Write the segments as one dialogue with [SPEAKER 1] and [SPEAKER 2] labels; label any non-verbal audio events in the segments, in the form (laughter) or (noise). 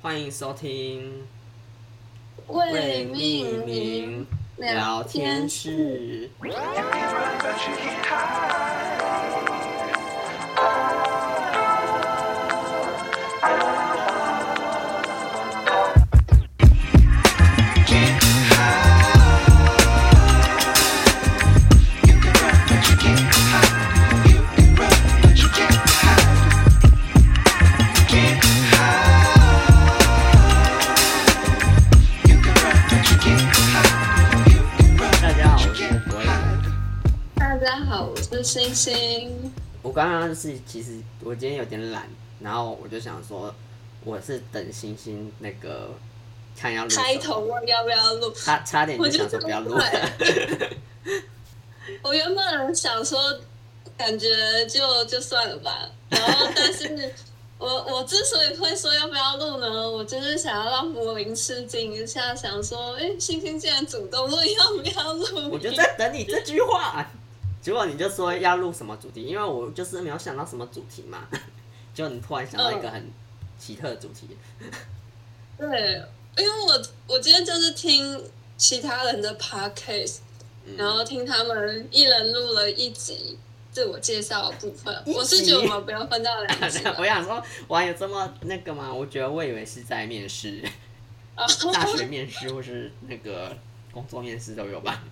[SPEAKER 1] 欢迎收听
[SPEAKER 2] 为命名聊天室。
[SPEAKER 1] 室。大家好，我是博颖。
[SPEAKER 2] 大家好，我是星星。
[SPEAKER 1] 我刚刚是其实我今天有点懒，然后我就想说，我是等星星那个看要录什么
[SPEAKER 2] 开头问要不要录？
[SPEAKER 1] 差差点就想说不要录
[SPEAKER 2] 我就我原本想说，感觉就就算了吧。然后，但是我我之所以会说要不要录呢，我就是想要让柏林吃惊一下，想说，哎、星星竟然主动问要不要
[SPEAKER 1] (laughs)
[SPEAKER 2] 录，
[SPEAKER 1] 我就在等你这句话，结果你就说要录什么主题，因为我就是没有想到什么主题嘛， (laughs) 结果你突然想到一
[SPEAKER 2] 嗯
[SPEAKER 1] 个很奇特的主题，
[SPEAKER 2] 对，因为我我今天就是听其他人的 podcast，
[SPEAKER 1] 嗯
[SPEAKER 2] 然后听他们一人录了一集自我介绍的部分，
[SPEAKER 1] 一集
[SPEAKER 2] 我是觉得我们不要分
[SPEAKER 1] (laughs)
[SPEAKER 2] 到两集
[SPEAKER 1] 我
[SPEAKER 2] 了。
[SPEAKER 1] 想说，哇，有这么那个吗？我觉得我以为是在面试，
[SPEAKER 2] 啊
[SPEAKER 1] 大学面试或是那个工作面试都有吧？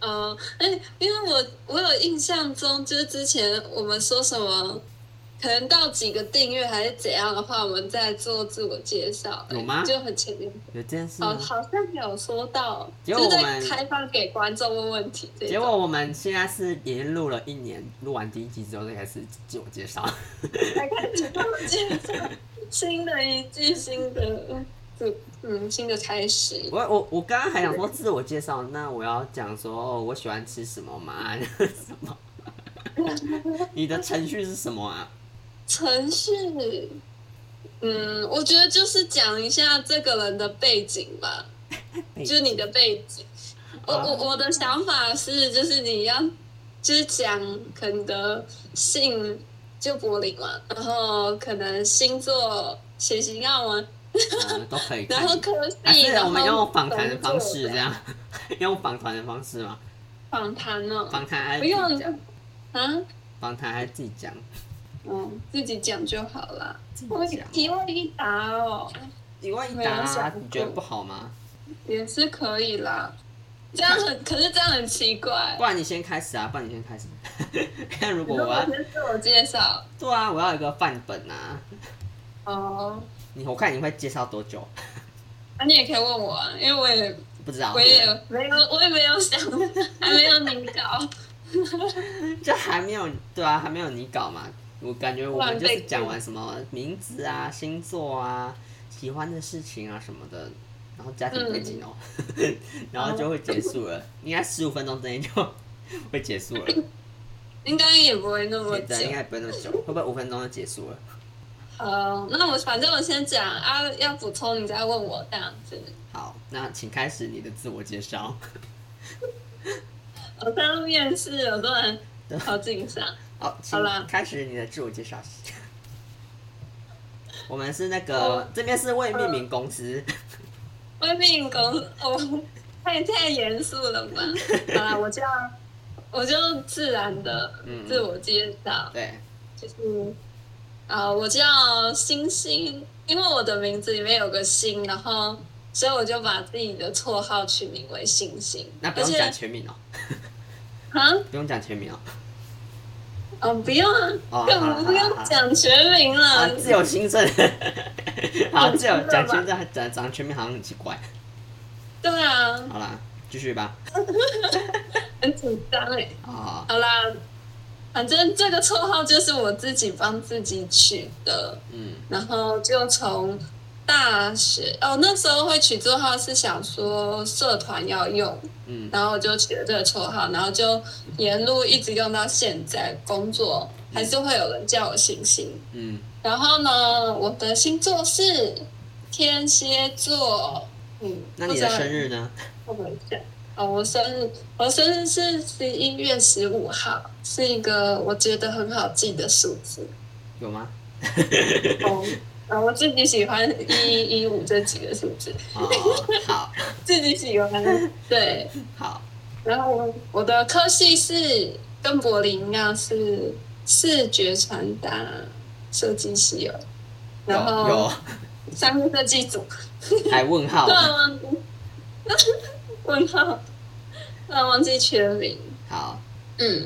[SPEAKER 2] 嗯，哎、因为我我有印象中，就是之前我们说什么，可能到几个订阅还是怎样的话，我们再做自我介绍，
[SPEAKER 1] 有吗
[SPEAKER 2] 就很前面，
[SPEAKER 1] (laughs) 有这件事
[SPEAKER 2] 好
[SPEAKER 1] 吗？
[SPEAKER 2] 哦好像有说到，
[SPEAKER 1] 结
[SPEAKER 2] 就
[SPEAKER 1] 果
[SPEAKER 2] 是
[SPEAKER 1] 我
[SPEAKER 2] 在
[SPEAKER 1] 们
[SPEAKER 2] 开放给观众问问题这
[SPEAKER 1] 结
[SPEAKER 2] 种。
[SPEAKER 1] 果我们现在是已经录了一年，录完第一集之后再开始自我介绍。 (laughs)
[SPEAKER 2] 来开始自我介绍，新的一季，新的，嗯嗯，新的开始。
[SPEAKER 1] 我我我刚刚还想说自我介绍，那我要讲说、哦、我喜欢吃什么嘛？ (laughs) 什么？你的程序是什么啊？
[SPEAKER 2] 程序，嗯，我觉得就是讲一下这个人的背景吧，就是你的背景。我
[SPEAKER 1] 啊
[SPEAKER 2] 我我的想法是，就是你要就是讲可能的性就柏林嘛，然后可能星座、血型要闻，
[SPEAKER 1] 嗯，都可以看
[SPEAKER 2] 然。后科技，
[SPEAKER 1] 还是
[SPEAKER 2] 然后
[SPEAKER 1] 我们用访谈的方
[SPEAKER 2] 工
[SPEAKER 1] 式
[SPEAKER 2] 作
[SPEAKER 1] 这样， (laughs) 用访谈的方式嘛？
[SPEAKER 2] 访谈呢、
[SPEAKER 1] 访谈还是
[SPEAKER 2] 不
[SPEAKER 1] 自己
[SPEAKER 2] 用
[SPEAKER 1] 讲？
[SPEAKER 2] 啊，
[SPEAKER 1] 访谈还是自己讲？
[SPEAKER 2] 嗯，自己讲就好啦。
[SPEAKER 1] 自
[SPEAKER 2] 我
[SPEAKER 1] 己讲。
[SPEAKER 2] 提问一答哦。
[SPEAKER 1] 你万一
[SPEAKER 2] 没有
[SPEAKER 1] 答啊
[SPEAKER 2] 想过
[SPEAKER 1] 你觉得不好吗？
[SPEAKER 2] 也是可以啦。这样
[SPEAKER 1] (laughs)
[SPEAKER 2] 很，可是这样很奇怪
[SPEAKER 1] 不。然你先开始啊，不然你先开始。 (laughs) 那如果
[SPEAKER 2] 可是
[SPEAKER 1] 我啊
[SPEAKER 2] 我
[SPEAKER 1] 要
[SPEAKER 2] 先自我介绍
[SPEAKER 1] 对啊，我要有一个范本啊。
[SPEAKER 2] 哦，
[SPEAKER 1] 你我看你会介绍多久？
[SPEAKER 2] 那、你也可以问我啊，因为我也
[SPEAKER 1] 不知道。
[SPEAKER 2] 我也没有，我也没有想， (laughs) 还没有你
[SPEAKER 1] (laughs)
[SPEAKER 2] 搞。
[SPEAKER 1] 就还没有对啊，还没有你搞嘛。我感觉我们就是
[SPEAKER 2] 不然被
[SPEAKER 1] 讲完什么名字啊、星座啊、喜欢的事情啊什么的，然后家庭背景哦， (laughs) 然后就会结束了。应该十五分钟之内就会结束了，
[SPEAKER 2] 应该也不会那么久
[SPEAKER 1] 对，。应该不会那么久，会不会五分钟就结束了？
[SPEAKER 2] 好，呃那我反正我先讲啊，要补充你再问我这样子。
[SPEAKER 1] 好，那请开始你的自我介绍。 (laughs)
[SPEAKER 2] 我刚面试，我突然好紧张。
[SPEAKER 1] 好，请
[SPEAKER 2] 啦
[SPEAKER 1] 开始你的自我介绍。 (laughs) 我们是那个这边是未命名公司，
[SPEAKER 2] 未命公哦， (laughs) 太太严肃了
[SPEAKER 1] (laughs)
[SPEAKER 2] 吧？好啦，我就我就自然的
[SPEAKER 1] 嗯
[SPEAKER 2] 自我介绍，
[SPEAKER 1] 对，
[SPEAKER 2] 就是啊、我叫星星，因为我的名字里面有个星，然后所以我就把自己的绰号取名为星星。
[SPEAKER 1] 那不
[SPEAKER 2] 而
[SPEAKER 1] 用
[SPEAKER 2] 且
[SPEAKER 1] 讲全名哦，
[SPEAKER 2] 啊，
[SPEAKER 1] 不用讲全名哦。
[SPEAKER 2] 哦，不用啊，
[SPEAKER 1] 哦
[SPEAKER 2] 更
[SPEAKER 1] 好啦
[SPEAKER 2] 不
[SPEAKER 1] 好啦
[SPEAKER 2] 用讲全名
[SPEAKER 1] 啊
[SPEAKER 2] 了，，
[SPEAKER 1] 自由新政， (laughs) 好，自由
[SPEAKER 2] 真的
[SPEAKER 1] 讲
[SPEAKER 2] 吗
[SPEAKER 1] 全政，讲讲全名好像很奇怪。
[SPEAKER 2] 对啊，
[SPEAKER 1] 好啦，继续吧。
[SPEAKER 2] 很紧张哎。
[SPEAKER 1] 啊，
[SPEAKER 2] 好啦，反正这个绰号就是我自己帮自己取的。
[SPEAKER 1] 嗯
[SPEAKER 2] 然后就从大学哦，那时候会取绰号是想说社团要用，
[SPEAKER 1] 嗯
[SPEAKER 2] 然后我就取了这个绰号，然后就沿路一直用到现在工作，还是会有人叫我星星。
[SPEAKER 1] 嗯，
[SPEAKER 2] 然后呢，我的星座是天蝎座，嗯，
[SPEAKER 1] 那你的生日呢？
[SPEAKER 2] 我一下。哦，我生日，我生日是十一月十五号，是一个我觉得很好记的数字。
[SPEAKER 1] 有吗？
[SPEAKER 2] 哦， (laughs) 啊，我自己喜欢一一五这几个数字，
[SPEAKER 1] 哦，好，
[SPEAKER 2] 自己喜欢。对，
[SPEAKER 1] 好，
[SPEAKER 2] 然后我我的科系是跟柏林一样是视觉传达设计系哦，
[SPEAKER 1] 有
[SPEAKER 2] (laughs) 然后商业设计组。
[SPEAKER 1] 有，还问号
[SPEAKER 2] (laughs) 突，然忘记，问号，突然 (laughs) 忘记全名。
[SPEAKER 1] 好，
[SPEAKER 2] 嗯，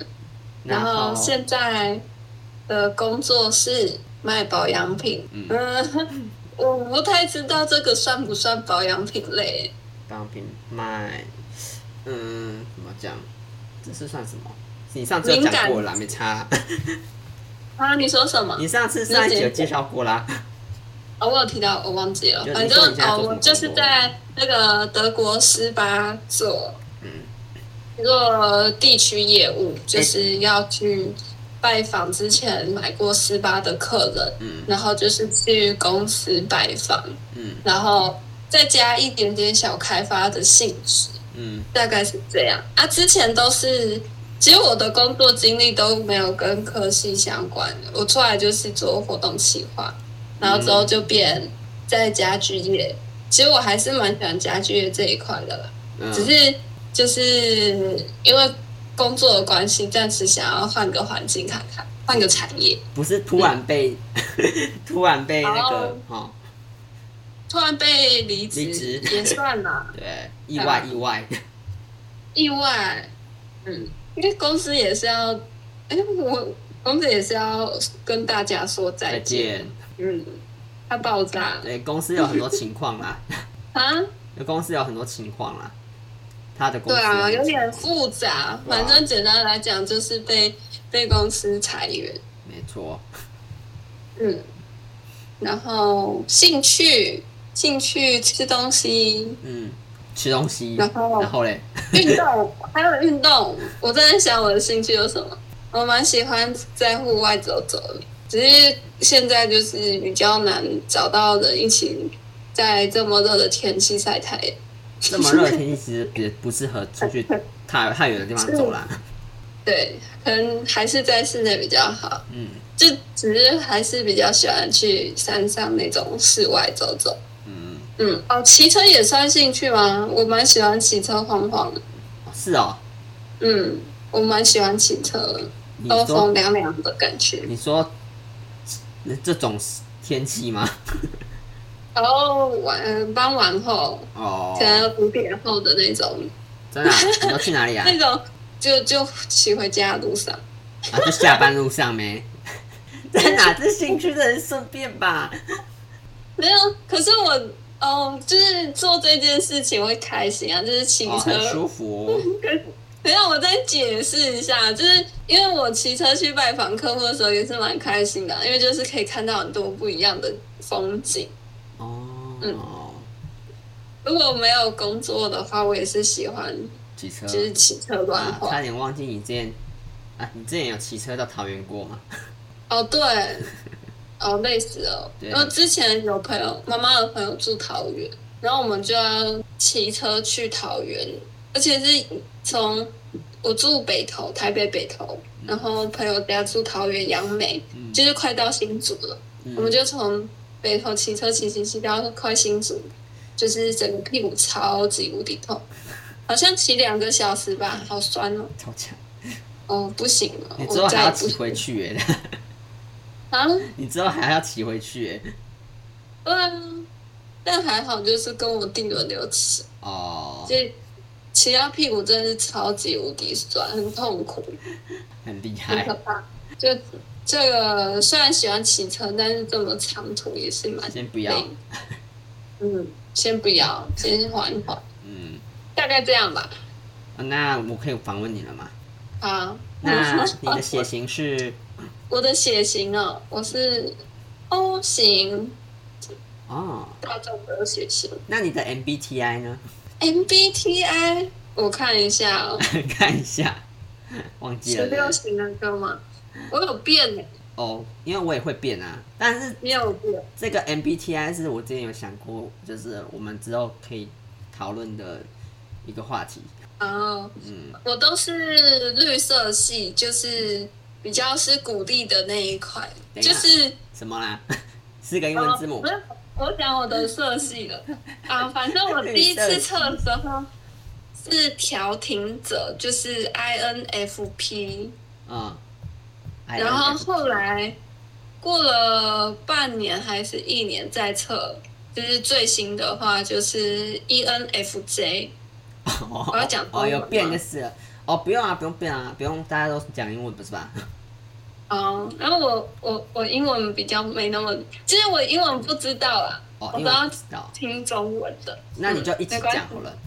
[SPEAKER 2] 然
[SPEAKER 1] 然
[SPEAKER 2] 后现在的工作是卖保养品。
[SPEAKER 1] 嗯
[SPEAKER 2] 嗯， (laughs) 我不太知道这个算不算保养品类。
[SPEAKER 1] 保养品卖，嗯，怎么讲？这是算什么？你上次有
[SPEAKER 2] 敏
[SPEAKER 1] 讲
[SPEAKER 2] 感
[SPEAKER 1] 过啦，没差啦。
[SPEAKER 2] 啊，你说什么？
[SPEAKER 1] 你上次上一集有
[SPEAKER 2] 那
[SPEAKER 1] 介绍过啦。
[SPEAKER 2] 哦，我有提到，我忘记了
[SPEAKER 1] 就。
[SPEAKER 2] 反
[SPEAKER 1] 你说
[SPEAKER 2] 正
[SPEAKER 1] 你现在做
[SPEAKER 2] 哦，
[SPEAKER 1] 什么
[SPEAKER 2] 我就是
[SPEAKER 1] 工作
[SPEAKER 2] 在那个德国斯巴做
[SPEAKER 1] 嗯，
[SPEAKER 2] 做地区业务，就是要去拜访之前买过斯巴的客人，
[SPEAKER 1] 嗯
[SPEAKER 2] 然后就是去公司拜访，
[SPEAKER 1] 嗯
[SPEAKER 2] 然后再加一点点小开发的性质，
[SPEAKER 1] 嗯
[SPEAKER 2] 大概是这样啊。之前都是，其实我的工作经历都没有跟科系相关的，我出来就是做活动企划，
[SPEAKER 1] 嗯
[SPEAKER 2] 然后之后就变在家具业。其实我还是蛮喜欢家具业这一块的啦，
[SPEAKER 1] 嗯，
[SPEAKER 2] 只是就是因为工作的关系，暂时想要换个环境看看，换个产业。
[SPEAKER 1] 不是突然被突然被那个哦，
[SPEAKER 2] 突然被离职
[SPEAKER 1] 离职
[SPEAKER 2] 也算啦，
[SPEAKER 1] 对，意外意外，
[SPEAKER 2] 意外，嗯，因为公司也是要，哎、我公司也是要跟大家说再
[SPEAKER 1] 再
[SPEAKER 2] 见，
[SPEAKER 1] 见。
[SPEAKER 2] 嗯，它爆炸了
[SPEAKER 1] 对，公司有很多情况啦，
[SPEAKER 2] 啊，
[SPEAKER 1] 公司有很多情况啦，他的公
[SPEAKER 2] 对
[SPEAKER 1] 司
[SPEAKER 2] 啊，
[SPEAKER 1] 很
[SPEAKER 2] 有
[SPEAKER 1] 多情
[SPEAKER 2] 点复杂，
[SPEAKER 1] 哇
[SPEAKER 2] 反正简单来讲就是被被公司裁员，
[SPEAKER 1] 没错，
[SPEAKER 2] 嗯，然后兴趣兴趣吃东西，
[SPEAKER 1] 嗯，吃东西，
[SPEAKER 2] 然后
[SPEAKER 1] 然后嘞，
[SPEAKER 2] 运动，还有运动。我正在想我的兴趣有什么，我蛮喜欢在户外走走的，只是现在就是比较难找到人一起在这么热的天气晒太阳。
[SPEAKER 1] 这么热的天气其实也不适合出
[SPEAKER 2] (laughs)
[SPEAKER 1] 去太太远的地方走啦，
[SPEAKER 2] 对，可能还是在室内比较好，
[SPEAKER 1] 嗯
[SPEAKER 2] 就只是还是比较喜欢去山上那种室外走走。
[SPEAKER 1] 嗯，
[SPEAKER 2] 嗯，哦，骑车也算兴趣吗？我蛮喜欢骑车晃晃的。
[SPEAKER 1] 哦是哦，
[SPEAKER 2] 嗯，我蛮喜欢骑车，
[SPEAKER 1] 你
[SPEAKER 2] 兜风
[SPEAKER 1] 说
[SPEAKER 2] 凉凉的感觉。
[SPEAKER 1] 你说这种天气吗？
[SPEAKER 2] 然后晚傍晚后，
[SPEAKER 1] 哦
[SPEAKER 2] 可，能五点后的那种，
[SPEAKER 1] 真的啊、你都去哪里啊？
[SPEAKER 2] 那种就就骑回家的路上，
[SPEAKER 1] 啊，就下班路上
[SPEAKER 2] (laughs)
[SPEAKER 1] 没。在哪？啊这兴趣的人顺便
[SPEAKER 2] (laughs)
[SPEAKER 1] 吧。
[SPEAKER 2] 没有。可是我，哦，就是做这件事情会开心啊，就是骑
[SPEAKER 1] 哦，
[SPEAKER 2] 车。
[SPEAKER 1] 很舒
[SPEAKER 2] (laughs)
[SPEAKER 1] 服。
[SPEAKER 2] 没有，我再解释一下，就是因为我骑车去拜访客户的时候也是蛮开心的啊，因为就是可以看到很多不一样的风景。
[SPEAKER 1] 哦，
[SPEAKER 2] 嗯如果没有工作的话，我也是喜欢
[SPEAKER 1] 骑车。
[SPEAKER 2] 就是骑车乱
[SPEAKER 1] 啊，
[SPEAKER 2] 晃。
[SPEAKER 1] 差点忘记你之前啊，你之前有骑车到桃园过吗？ (laughs)
[SPEAKER 2] 哦，对，哦，累死了。
[SPEAKER 1] 对
[SPEAKER 2] 因为之前有朋友，妈妈的朋友住桃园，然后我们就要骑车去桃园，而且是从我住北投，台北北投，然后朋友家住桃园杨梅，
[SPEAKER 1] 嗯
[SPEAKER 2] 就是快到新竹了，
[SPEAKER 1] 嗯
[SPEAKER 2] 我们就从北投骑车骑骑骑到快新竹，就是整个屁股超级无敌痛，好像骑两个小时吧，好酸哦，
[SPEAKER 1] 超强。
[SPEAKER 2] 哦，不行了，
[SPEAKER 1] 嗯你之后
[SPEAKER 2] 我
[SPEAKER 1] 还
[SPEAKER 2] 再也
[SPEAKER 1] 要
[SPEAKER 2] 不
[SPEAKER 1] 骑回去耶， (laughs)
[SPEAKER 2] 啊。
[SPEAKER 1] 你之后还要骑回去耶。
[SPEAKER 2] 对啊，但还好就是跟我弟轮流骑，
[SPEAKER 1] 哦
[SPEAKER 2] 所，以骑到屁股真的是超级无敌酸，很痛苦，
[SPEAKER 1] 很厉
[SPEAKER 2] 很可
[SPEAKER 1] 害。
[SPEAKER 2] 怕。就这个虽然喜欢骑车，但是这么长途也是蛮
[SPEAKER 1] 先不
[SPEAKER 2] 累
[SPEAKER 1] 要
[SPEAKER 2] 的。。嗯，先不要，先缓一缓，
[SPEAKER 1] 嗯，
[SPEAKER 2] 大概这样吧。
[SPEAKER 1] 啊那我可以访问你了吗？
[SPEAKER 2] 好，
[SPEAKER 1] (laughs)
[SPEAKER 2] (laughs)
[SPEAKER 1] 那你的血型是？
[SPEAKER 2] 我的血型哦，我是 O 型，
[SPEAKER 1] 哦，
[SPEAKER 2] 大众的血型
[SPEAKER 1] 那你的 MBTI 呢？ (laughs)
[SPEAKER 2] ，MBTI，我看一下哦，
[SPEAKER 1] 看一下， (laughs) 忘记
[SPEAKER 2] 十
[SPEAKER 1] 了对
[SPEAKER 2] 六
[SPEAKER 1] 不对
[SPEAKER 2] 型那个嘛，我有变欸
[SPEAKER 1] 哦，因为我也会变啊，但是
[SPEAKER 2] 你有变。
[SPEAKER 1] 这个 MBTI 是我之前有想过，就是我们之后可以讨论的一个话题。
[SPEAKER 2] 哦，
[SPEAKER 1] 嗯，
[SPEAKER 2] 我都是绿色系，就是比较是鼓励的那一块，
[SPEAKER 1] 等一
[SPEAKER 2] 就
[SPEAKER 1] 下
[SPEAKER 2] 是哦
[SPEAKER 1] 什么啦？ (laughs) 四个英文字母
[SPEAKER 2] 不。是，我讲我的色系了啊，反正我第一次测的时候是调停者，就是 INFP，
[SPEAKER 1] 嗯，哎
[SPEAKER 2] 然后
[SPEAKER 1] INFP
[SPEAKER 2] 后来过了半年还是一年再测，就是最新的话就是 E ENFJ，
[SPEAKER 1] 哦，
[SPEAKER 2] (laughs) 我要讲中
[SPEAKER 1] 哦，
[SPEAKER 2] 文
[SPEAKER 1] 有变
[SPEAKER 2] 吗
[SPEAKER 1] 就是了。哦，不用啊，不用变啊，不用，大家都讲英文不是吧？
[SPEAKER 2] 嗯，然后我我我英文比较没那么，其实我英文不知道啊，
[SPEAKER 1] 哦，
[SPEAKER 2] 我
[SPEAKER 1] 英
[SPEAKER 2] 都要
[SPEAKER 1] 文不知道，
[SPEAKER 2] 听中文的，
[SPEAKER 1] 那你就一
[SPEAKER 2] 嗯
[SPEAKER 1] 起
[SPEAKER 2] 没关系
[SPEAKER 1] 讲好了，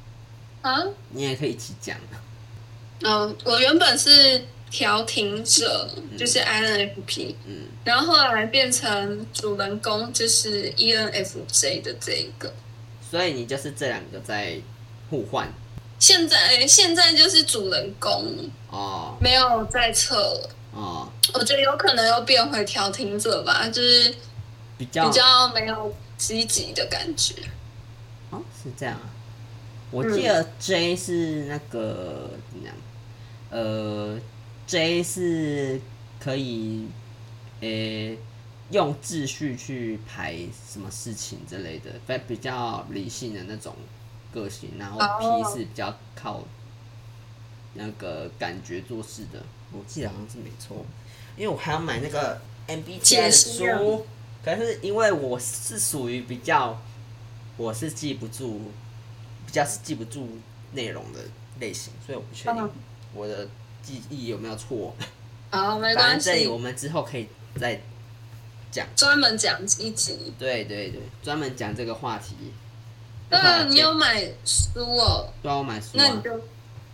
[SPEAKER 1] (laughs)
[SPEAKER 2] 啊。
[SPEAKER 1] 你也可以一起讲。
[SPEAKER 2] 嗯，我原本是调停者，就是 INFP，
[SPEAKER 1] 嗯，
[SPEAKER 2] 然后后来变成主人公，就是 E ENFJ 的这一个。
[SPEAKER 1] 所以你就是这两个在互换
[SPEAKER 2] 现在现在就是主人公
[SPEAKER 1] 哦
[SPEAKER 2] 没有再测了，
[SPEAKER 1] 哦，
[SPEAKER 2] 我觉得有可能又变回调停者吧，就是
[SPEAKER 1] 比较
[SPEAKER 2] 比较没有积极的感觉。
[SPEAKER 1] 哦是这样啊。我记得 J 是那个怎么样？呃，J 是可以呃、用秩序去排什么事情之类的，比比较理性的那种个性，然后
[SPEAKER 2] 哦
[SPEAKER 1] P 是比较靠那个感觉做事的。我记得好像是没错，因为我还要买那个 MBTI 的
[SPEAKER 2] 解析啊
[SPEAKER 1] 书，可是因为我是属于比较，我是记不住，比较是记不住内容的类型，所以我不确定
[SPEAKER 2] 嗯
[SPEAKER 1] 我的记忆有没有错。
[SPEAKER 2] 好，没
[SPEAKER 1] 反
[SPEAKER 2] 关
[SPEAKER 1] 正这里
[SPEAKER 2] 系
[SPEAKER 1] 我，们之后可以再讲，
[SPEAKER 2] 专门讲积极。
[SPEAKER 1] 对对对，专门讲这个话题。
[SPEAKER 2] 那你有买书哦？
[SPEAKER 1] 对啊，我买书
[SPEAKER 2] 那你
[SPEAKER 1] 啊？
[SPEAKER 2] 就，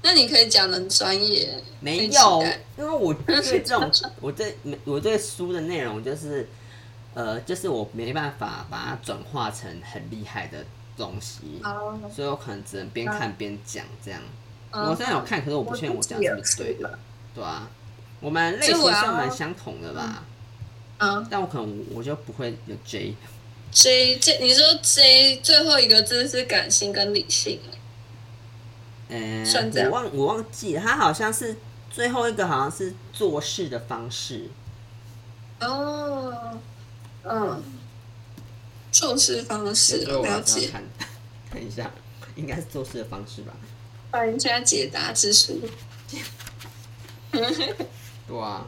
[SPEAKER 2] 那你可以讲的专业。
[SPEAKER 1] 没
[SPEAKER 2] 期
[SPEAKER 1] 有
[SPEAKER 2] 待，
[SPEAKER 1] 因为我对这
[SPEAKER 2] (laughs)
[SPEAKER 1] 种，我对我对书的内容就是，呃，就是我没办法把它转化成很厉害的东西，
[SPEAKER 2] 好，
[SPEAKER 1] 所以我可能只能边看边讲这样。
[SPEAKER 2] 嗯
[SPEAKER 1] 我虽然有看，可是我不确定我讲是不是对的，对啊，我们类型
[SPEAKER 2] 所以我要嗯
[SPEAKER 1] 算蛮相同的吧，
[SPEAKER 2] 啊
[SPEAKER 1] 但我可能我就不会有 J，
[SPEAKER 2] ，J J，你说 J 最后一个字是感性跟理性，
[SPEAKER 1] 嗯、
[SPEAKER 2] 算这
[SPEAKER 1] 我
[SPEAKER 2] 样
[SPEAKER 1] 忘我忘记了，它好像是最后一个好像是做事的方式，
[SPEAKER 2] 哦，嗯，处事方式
[SPEAKER 1] 所以我
[SPEAKER 2] 了
[SPEAKER 1] 要
[SPEAKER 2] 解，
[SPEAKER 1] 看 (laughs) 看一下，应该是做事的方式吧，
[SPEAKER 2] 帮人家解答之书。
[SPEAKER 1] 对啊，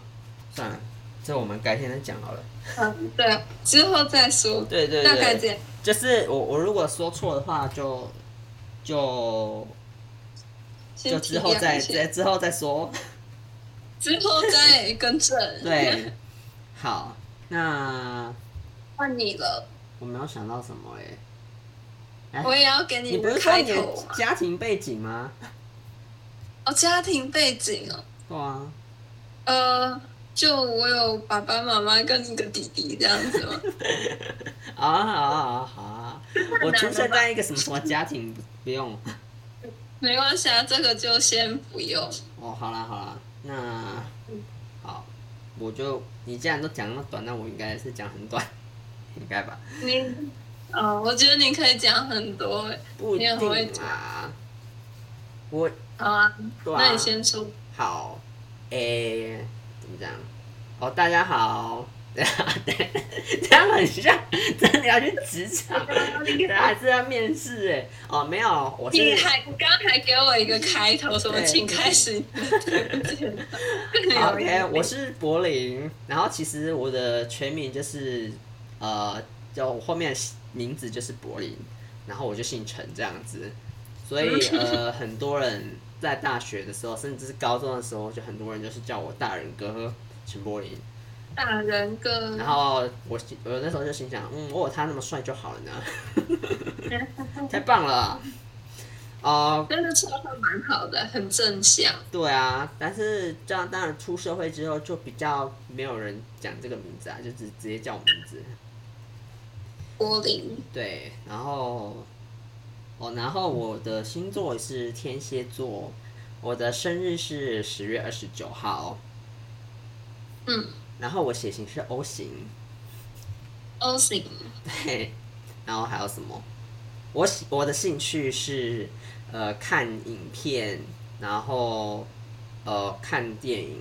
[SPEAKER 1] 算了，这我们改天再讲好了。
[SPEAKER 2] 嗯，对啊，之后再说，
[SPEAKER 1] 对对对，
[SPEAKER 2] 大概这样。
[SPEAKER 1] 就是我我如果说错的话就就就
[SPEAKER 2] 先
[SPEAKER 1] 之后再
[SPEAKER 2] 体谅一下
[SPEAKER 1] 再之后再说。
[SPEAKER 2] 之后再更正。 (laughs)
[SPEAKER 1] 对，好，那
[SPEAKER 2] 换你了，
[SPEAKER 1] 我没有想到什么哎、哎
[SPEAKER 2] 我也要给
[SPEAKER 1] 你
[SPEAKER 2] 你
[SPEAKER 1] 不是
[SPEAKER 2] 个
[SPEAKER 1] 说
[SPEAKER 2] 开
[SPEAKER 1] 你的
[SPEAKER 2] 头啊吗
[SPEAKER 1] 家庭背景
[SPEAKER 2] (laughs)
[SPEAKER 1] 吗？
[SPEAKER 2] 哦，家庭背景哦，
[SPEAKER 1] 对啊，
[SPEAKER 2] 呃，就我有爸爸妈妈跟一个弟弟这样子嘛。
[SPEAKER 1] 好啊好啊好啊好啊，我出生在一个什么什么家庭，不不用。
[SPEAKER 2] (laughs) 没关系啊，这个就先不用。
[SPEAKER 1] 哦，好啦好啦，那
[SPEAKER 2] 嗯
[SPEAKER 1] 好，我就你既然都讲那么短，那我应该是讲很短， (laughs) 应该吧？
[SPEAKER 2] 你，呃，我觉得你可以讲很多欸。
[SPEAKER 1] 不一
[SPEAKER 2] 你很会
[SPEAKER 1] 定
[SPEAKER 2] 讲
[SPEAKER 1] 啊。我
[SPEAKER 2] 好啊，
[SPEAKER 1] 对啊，
[SPEAKER 2] 那你先说。
[SPEAKER 1] 好，诶、怎么讲？哦，大家好， (laughs) 对啊，对，这样很像真的要去职场，对啊，还是要面试哎。哦，没有，我
[SPEAKER 2] 你
[SPEAKER 1] 是
[SPEAKER 2] 还，你刚刚还给我一个开头，什么
[SPEAKER 1] 对
[SPEAKER 2] 请开始。
[SPEAKER 1] 好
[SPEAKER 2] OK，
[SPEAKER 1] 啊 OK，我是柏林，然后其实我的全名就是呃，就我后面的名字就是柏林，然后我就姓陈这样子，所以呃，很多人在大学的时候，甚至是高中的时候，就很多人就是叫我大人哥陈柏林。
[SPEAKER 2] 大人哥。
[SPEAKER 1] 然后我心我那时候就心想，嗯，我有他那么帅就好了呢， (laughs) 太棒了。哦、
[SPEAKER 2] 但是绰号蛮好的，很正向。
[SPEAKER 1] 对啊，但是这样当然出社会之后就比较没有人讲这个名字啊，就直直接叫我名字。
[SPEAKER 2] 柏林，
[SPEAKER 1] 对，然后哦，然后我的星座是天蝎座，我的生日是十月二十九号，
[SPEAKER 2] 嗯
[SPEAKER 1] 然后我血型是 O 型，
[SPEAKER 2] ，O 型，
[SPEAKER 1] 嘿，然后还有什么？我喜我的兴趣是呃看影片，然后呃看电影，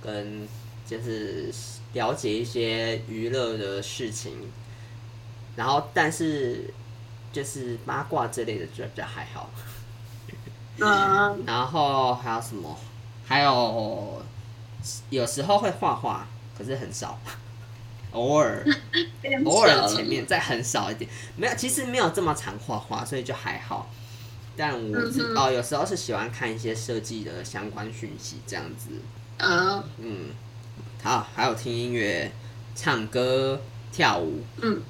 [SPEAKER 1] 跟就是了解一些娱乐的事情，然后但是就是八卦之类的就比较还好。
[SPEAKER 2] 嗯，
[SPEAKER 1] 然后还有什么？还有有时候会画画，可是很少，偶尔偶尔前面再很少一点，没有，其实没有这么常画画，所以就还好。但我知
[SPEAKER 2] 嗯哼
[SPEAKER 1] 道、哦，有时候是喜欢看一些设计的相关讯息，这样子。
[SPEAKER 2] 啊，
[SPEAKER 1] 嗯，好，还有听音乐、唱歌、跳舞，
[SPEAKER 2] 嗯，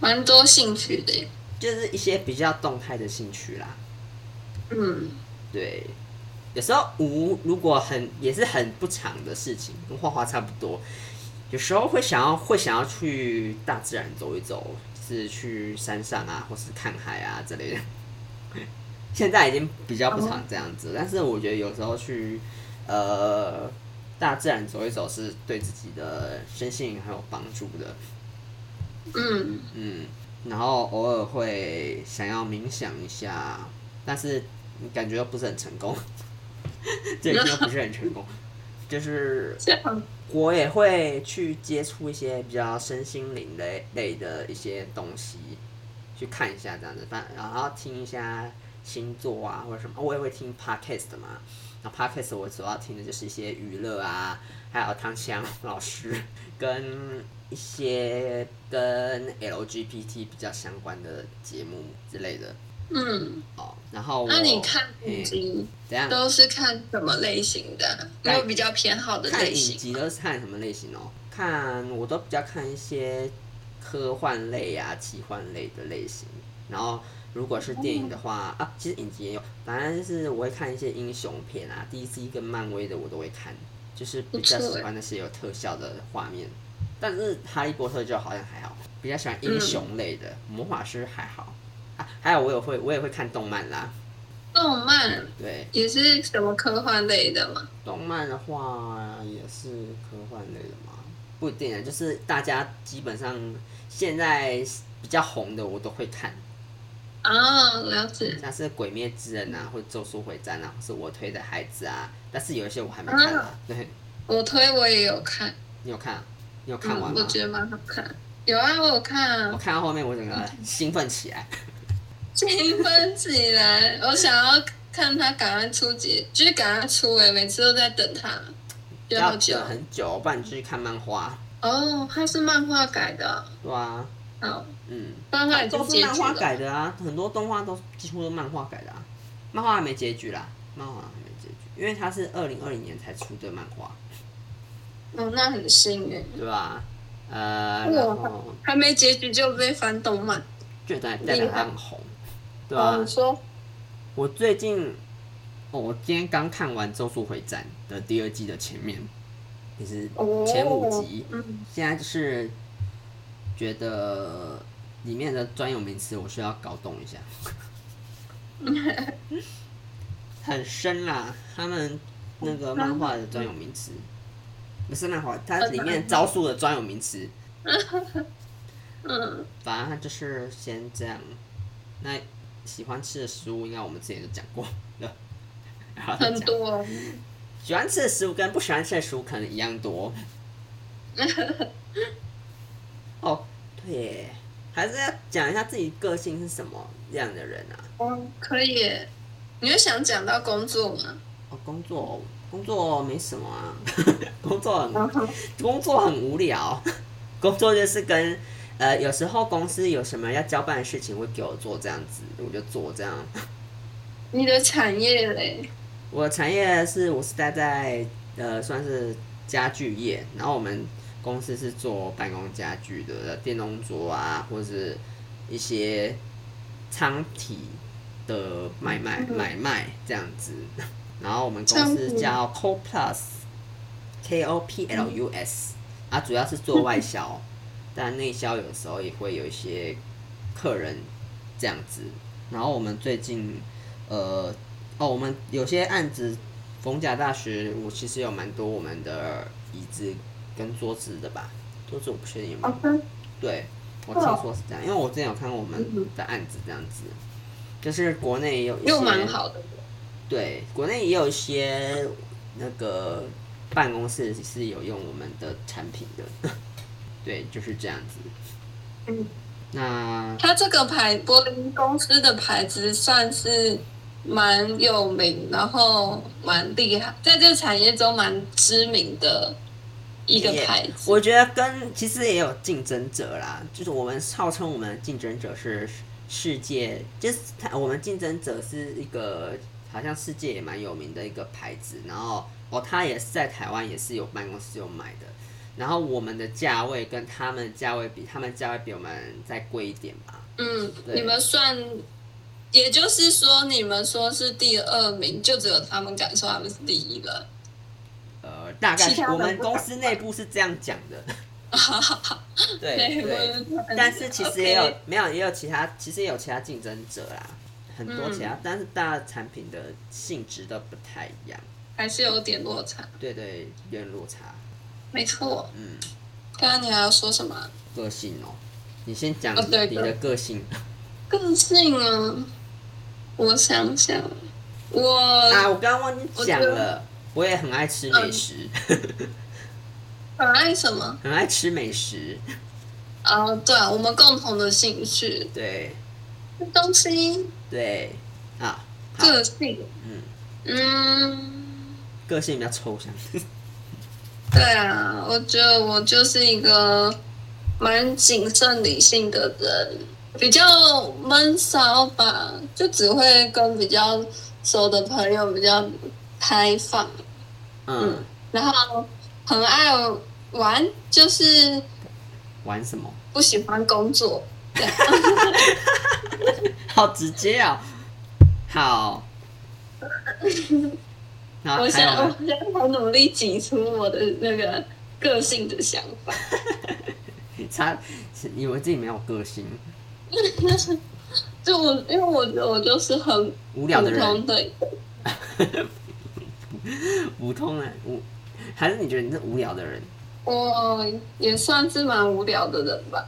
[SPEAKER 2] 蛮多兴趣的耶，
[SPEAKER 1] 就是一些比较动态的兴趣啦。
[SPEAKER 2] 嗯
[SPEAKER 1] 对，有时候舞如果很也是很不长的事情，跟画画差不多。有时候会想要会想要去大自然走一走，就是去山上啊，或是看海啊之类的。现在已经比较不常这样子，但是我觉得有时候去呃大自然走一走是对自己的身心灵很有帮助的。
[SPEAKER 2] 嗯
[SPEAKER 1] 嗯，然后偶尔会想要冥想一下，但是感觉又不是很成功， (laughs) 这已经不是很成功。就是
[SPEAKER 2] 这样，
[SPEAKER 1] 我也会去接触一些比较身心灵类类的一些东西，去看一下这样子，但然后听一下星座啊或者什么，我也会听 podcast 的嘛。那 podcast 我主要听的就是一些娱乐啊，还有汤香老师跟一些跟 LGBT 比较相关的节目之类的
[SPEAKER 2] 嗯，
[SPEAKER 1] 哦。然后我
[SPEAKER 2] 那你看
[SPEAKER 1] 嘿
[SPEAKER 2] 影集
[SPEAKER 1] 怎样？
[SPEAKER 2] 都是看什么类型的？有没有比较偏好的
[SPEAKER 1] 看
[SPEAKER 2] 类
[SPEAKER 1] 影
[SPEAKER 2] 型？啊
[SPEAKER 1] 集都是看什么类型哦？看我都比较看一些科幻类啊、奇幻类的类型。然后如果是电影的话、啊，其实影集也有，反正就是我会看一些英雄片啊，DC 跟漫威的我都会看，就是比较
[SPEAKER 2] 不错欸
[SPEAKER 1] 喜欢那些有特效的画面。但是哈利波特就好像还好，比较喜欢
[SPEAKER 2] 嗯
[SPEAKER 1] 英雄类的，魔法师还好啊。还有我也会我也会看动漫啦，
[SPEAKER 2] 动漫
[SPEAKER 1] 对，
[SPEAKER 2] 也是什么科幻类的吗？
[SPEAKER 1] 动漫的话也是科幻类的嘛，不一定啊，就是大家基本上现在比较红的我都会看，
[SPEAKER 2] 啊，了解。
[SPEAKER 1] 像是《鬼灭之刃》啊，或《咒术回战》啊，或是我推的《孩子》啊，但是有一些我还没看啊。对，
[SPEAKER 2] 我推我也有看，
[SPEAKER 1] 你有看、啊？你有看完吗
[SPEAKER 2] 嗯，我？觉得蛮好看。有啊，我有看
[SPEAKER 1] 我
[SPEAKER 2] 啊，
[SPEAKER 1] 看到后面我整个兴奋起来，
[SPEAKER 2] 兴奋起来，我想要看他赶快出结，就是赶快出哎、每次都在等他，就好
[SPEAKER 1] 要
[SPEAKER 2] 久
[SPEAKER 1] 等。很久，不然你继续看漫画。
[SPEAKER 2] 哦，他是漫画改的啊、
[SPEAKER 1] 对啊，
[SPEAKER 2] 好，
[SPEAKER 1] 嗯，
[SPEAKER 2] 漫画已经
[SPEAKER 1] 都是
[SPEAKER 2] 结
[SPEAKER 1] 漫
[SPEAKER 2] 局
[SPEAKER 1] 画
[SPEAKER 2] 了。
[SPEAKER 1] 改的啊，很多动画都是几乎都漫画改的啊，漫画还没结局啦，漫画还没结局，因为它是二零二零年才出的漫画，
[SPEAKER 2] 哦，那很新哎、
[SPEAKER 1] 对吧？呃，
[SPEAKER 2] 哇
[SPEAKER 1] 然后
[SPEAKER 2] 还没结局就被翻动漫。
[SPEAKER 1] 就代代表它很红，对啊吧、
[SPEAKER 2] 哦，你说
[SPEAKER 1] 我最近，哦，我今天刚看完《咒术回战》的第二季的前面，就是
[SPEAKER 2] 哦，
[SPEAKER 1] 前五集，
[SPEAKER 2] 嗯，
[SPEAKER 1] 现在就是觉得里面的专有名词我需要搞懂一下，很深啦。他们那个漫画的专有名词，不是漫画，它里面招数的专有名词，
[SPEAKER 2] 嗯，
[SPEAKER 1] 反正它就是先这样。那喜欢吃的食物，应该我们之前就讲过了，然后再
[SPEAKER 2] 很
[SPEAKER 1] 讲
[SPEAKER 2] 多哦。
[SPEAKER 1] 喜欢吃的食物跟不喜欢吃的食物可能一样多。哦，对耶，还是要讲一下自己个性是什么样的人啊？
[SPEAKER 2] 哦，可以耶。你会想讲到工作吗？
[SPEAKER 1] 哦，工作工作没什么啊， (laughs) 工作很
[SPEAKER 2] 嗯
[SPEAKER 1] 工作很无聊， (laughs) 工作就是跟呃有时候公司有什么要交办的事情会给我做这样子，我就做这样。
[SPEAKER 2] 你的产业嘞？
[SPEAKER 1] 我的产业是我是待在呃算是家具业，然后我们公司是做办公家具的电动桌啊，或是一些仓体的买卖
[SPEAKER 2] 嗯
[SPEAKER 1] 买卖这样子。然后我们公司
[SPEAKER 2] 仓体
[SPEAKER 1] 叫 Co Plus，K O P L U S，啊，主要是做外销，但内销有时候也会有一些客人这样子。然后我们最近呃哦，我们有些案子，逢甲大学我其实有蛮多我们的椅子跟桌子的吧，桌子我不确定有没有。
[SPEAKER 2] 真
[SPEAKER 1] 对，我听说是这样，因为我之前有看过我们的案子这样子，就是国内也有一些
[SPEAKER 2] 又蛮好的。
[SPEAKER 1] 对，国内也有一些那个办公室是有用我们的产品的， (laughs) 对，就是这样子。
[SPEAKER 2] 嗯，
[SPEAKER 1] 那
[SPEAKER 2] 它这个牌柏林公司的牌子算是蛮有名，然后蛮厉害，在这个产业中蛮知名的一个
[SPEAKER 1] 也
[SPEAKER 2] 牌子。
[SPEAKER 1] 我觉得跟其实也有竞争者啦，就是我们号称我们的竞争者是世界，就是它我们竞争者是一个好像世界也蛮有名的一个牌子，然后哦，它也是在台湾也是有办公室有买的，然后我们的价位跟他们价位比，他们价位比我们再贵一点吧。
[SPEAKER 2] 嗯，
[SPEAKER 1] 对
[SPEAKER 2] 你们算，也就是说，你们说是第二名，就只有他们敢说他们是第一了。
[SPEAKER 1] 呃，大概
[SPEAKER 2] 其他人
[SPEAKER 1] 我们
[SPEAKER 2] 不
[SPEAKER 1] 公
[SPEAKER 2] 敢
[SPEAKER 1] 司内部是这样讲
[SPEAKER 2] (laughs)
[SPEAKER 1] 的。对对，
[SPEAKER 2] 我
[SPEAKER 1] 但是其实也有
[SPEAKER 2] 嗯 OK
[SPEAKER 1] 没有也有其他，其实也有其他竞争者啦，很多其他，
[SPEAKER 2] 嗯
[SPEAKER 1] 但是大家产品的性质都不太一样，
[SPEAKER 2] 还是有点落差，
[SPEAKER 1] 对对，有点落差。
[SPEAKER 2] 没错。
[SPEAKER 1] 嗯，
[SPEAKER 2] 刚刚你还要说什么？
[SPEAKER 1] 个性哦、你先讲
[SPEAKER 2] 哦对哦
[SPEAKER 1] 你的个性
[SPEAKER 2] 个性啊，我想想，我嗯
[SPEAKER 1] 啊，我刚刚忘记讲了，我也很爱吃美食， (laughs)
[SPEAKER 2] 很爱什么？
[SPEAKER 1] 很爱吃美食，
[SPEAKER 2] 哦，对啊，我们共同的兴趣，
[SPEAKER 1] 对
[SPEAKER 2] 东西，
[SPEAKER 1] 对啊，好，
[SPEAKER 2] 个性，
[SPEAKER 1] 嗯，
[SPEAKER 2] 嗯，
[SPEAKER 1] 个性比较抽象，
[SPEAKER 2] 对啊，我觉得我就是一个蛮谨慎理性的人，比较闷骚吧，就只会跟比较熟的朋友比较开放，
[SPEAKER 1] 嗯，
[SPEAKER 2] 然后很爱玩，就是
[SPEAKER 1] 玩什么？ (laughs)
[SPEAKER 2] 不喜欢工作。
[SPEAKER 1] 好直接哦，
[SPEAKER 2] (laughs)
[SPEAKER 1] 好，然后啊还
[SPEAKER 2] 我
[SPEAKER 1] 有
[SPEAKER 2] 想，我
[SPEAKER 1] 吗
[SPEAKER 2] 现在好努力挤出我的那个个性的想法。
[SPEAKER 1] (laughs) 他以为自己没有个性，
[SPEAKER 2] 就我，因为我我就是很
[SPEAKER 1] 无
[SPEAKER 2] 普
[SPEAKER 1] 聊的人，
[SPEAKER 2] 通的，
[SPEAKER 1] (laughs) 普通人，无还是你觉得你是无聊的人？
[SPEAKER 2] 我也算是蛮无聊的人吧。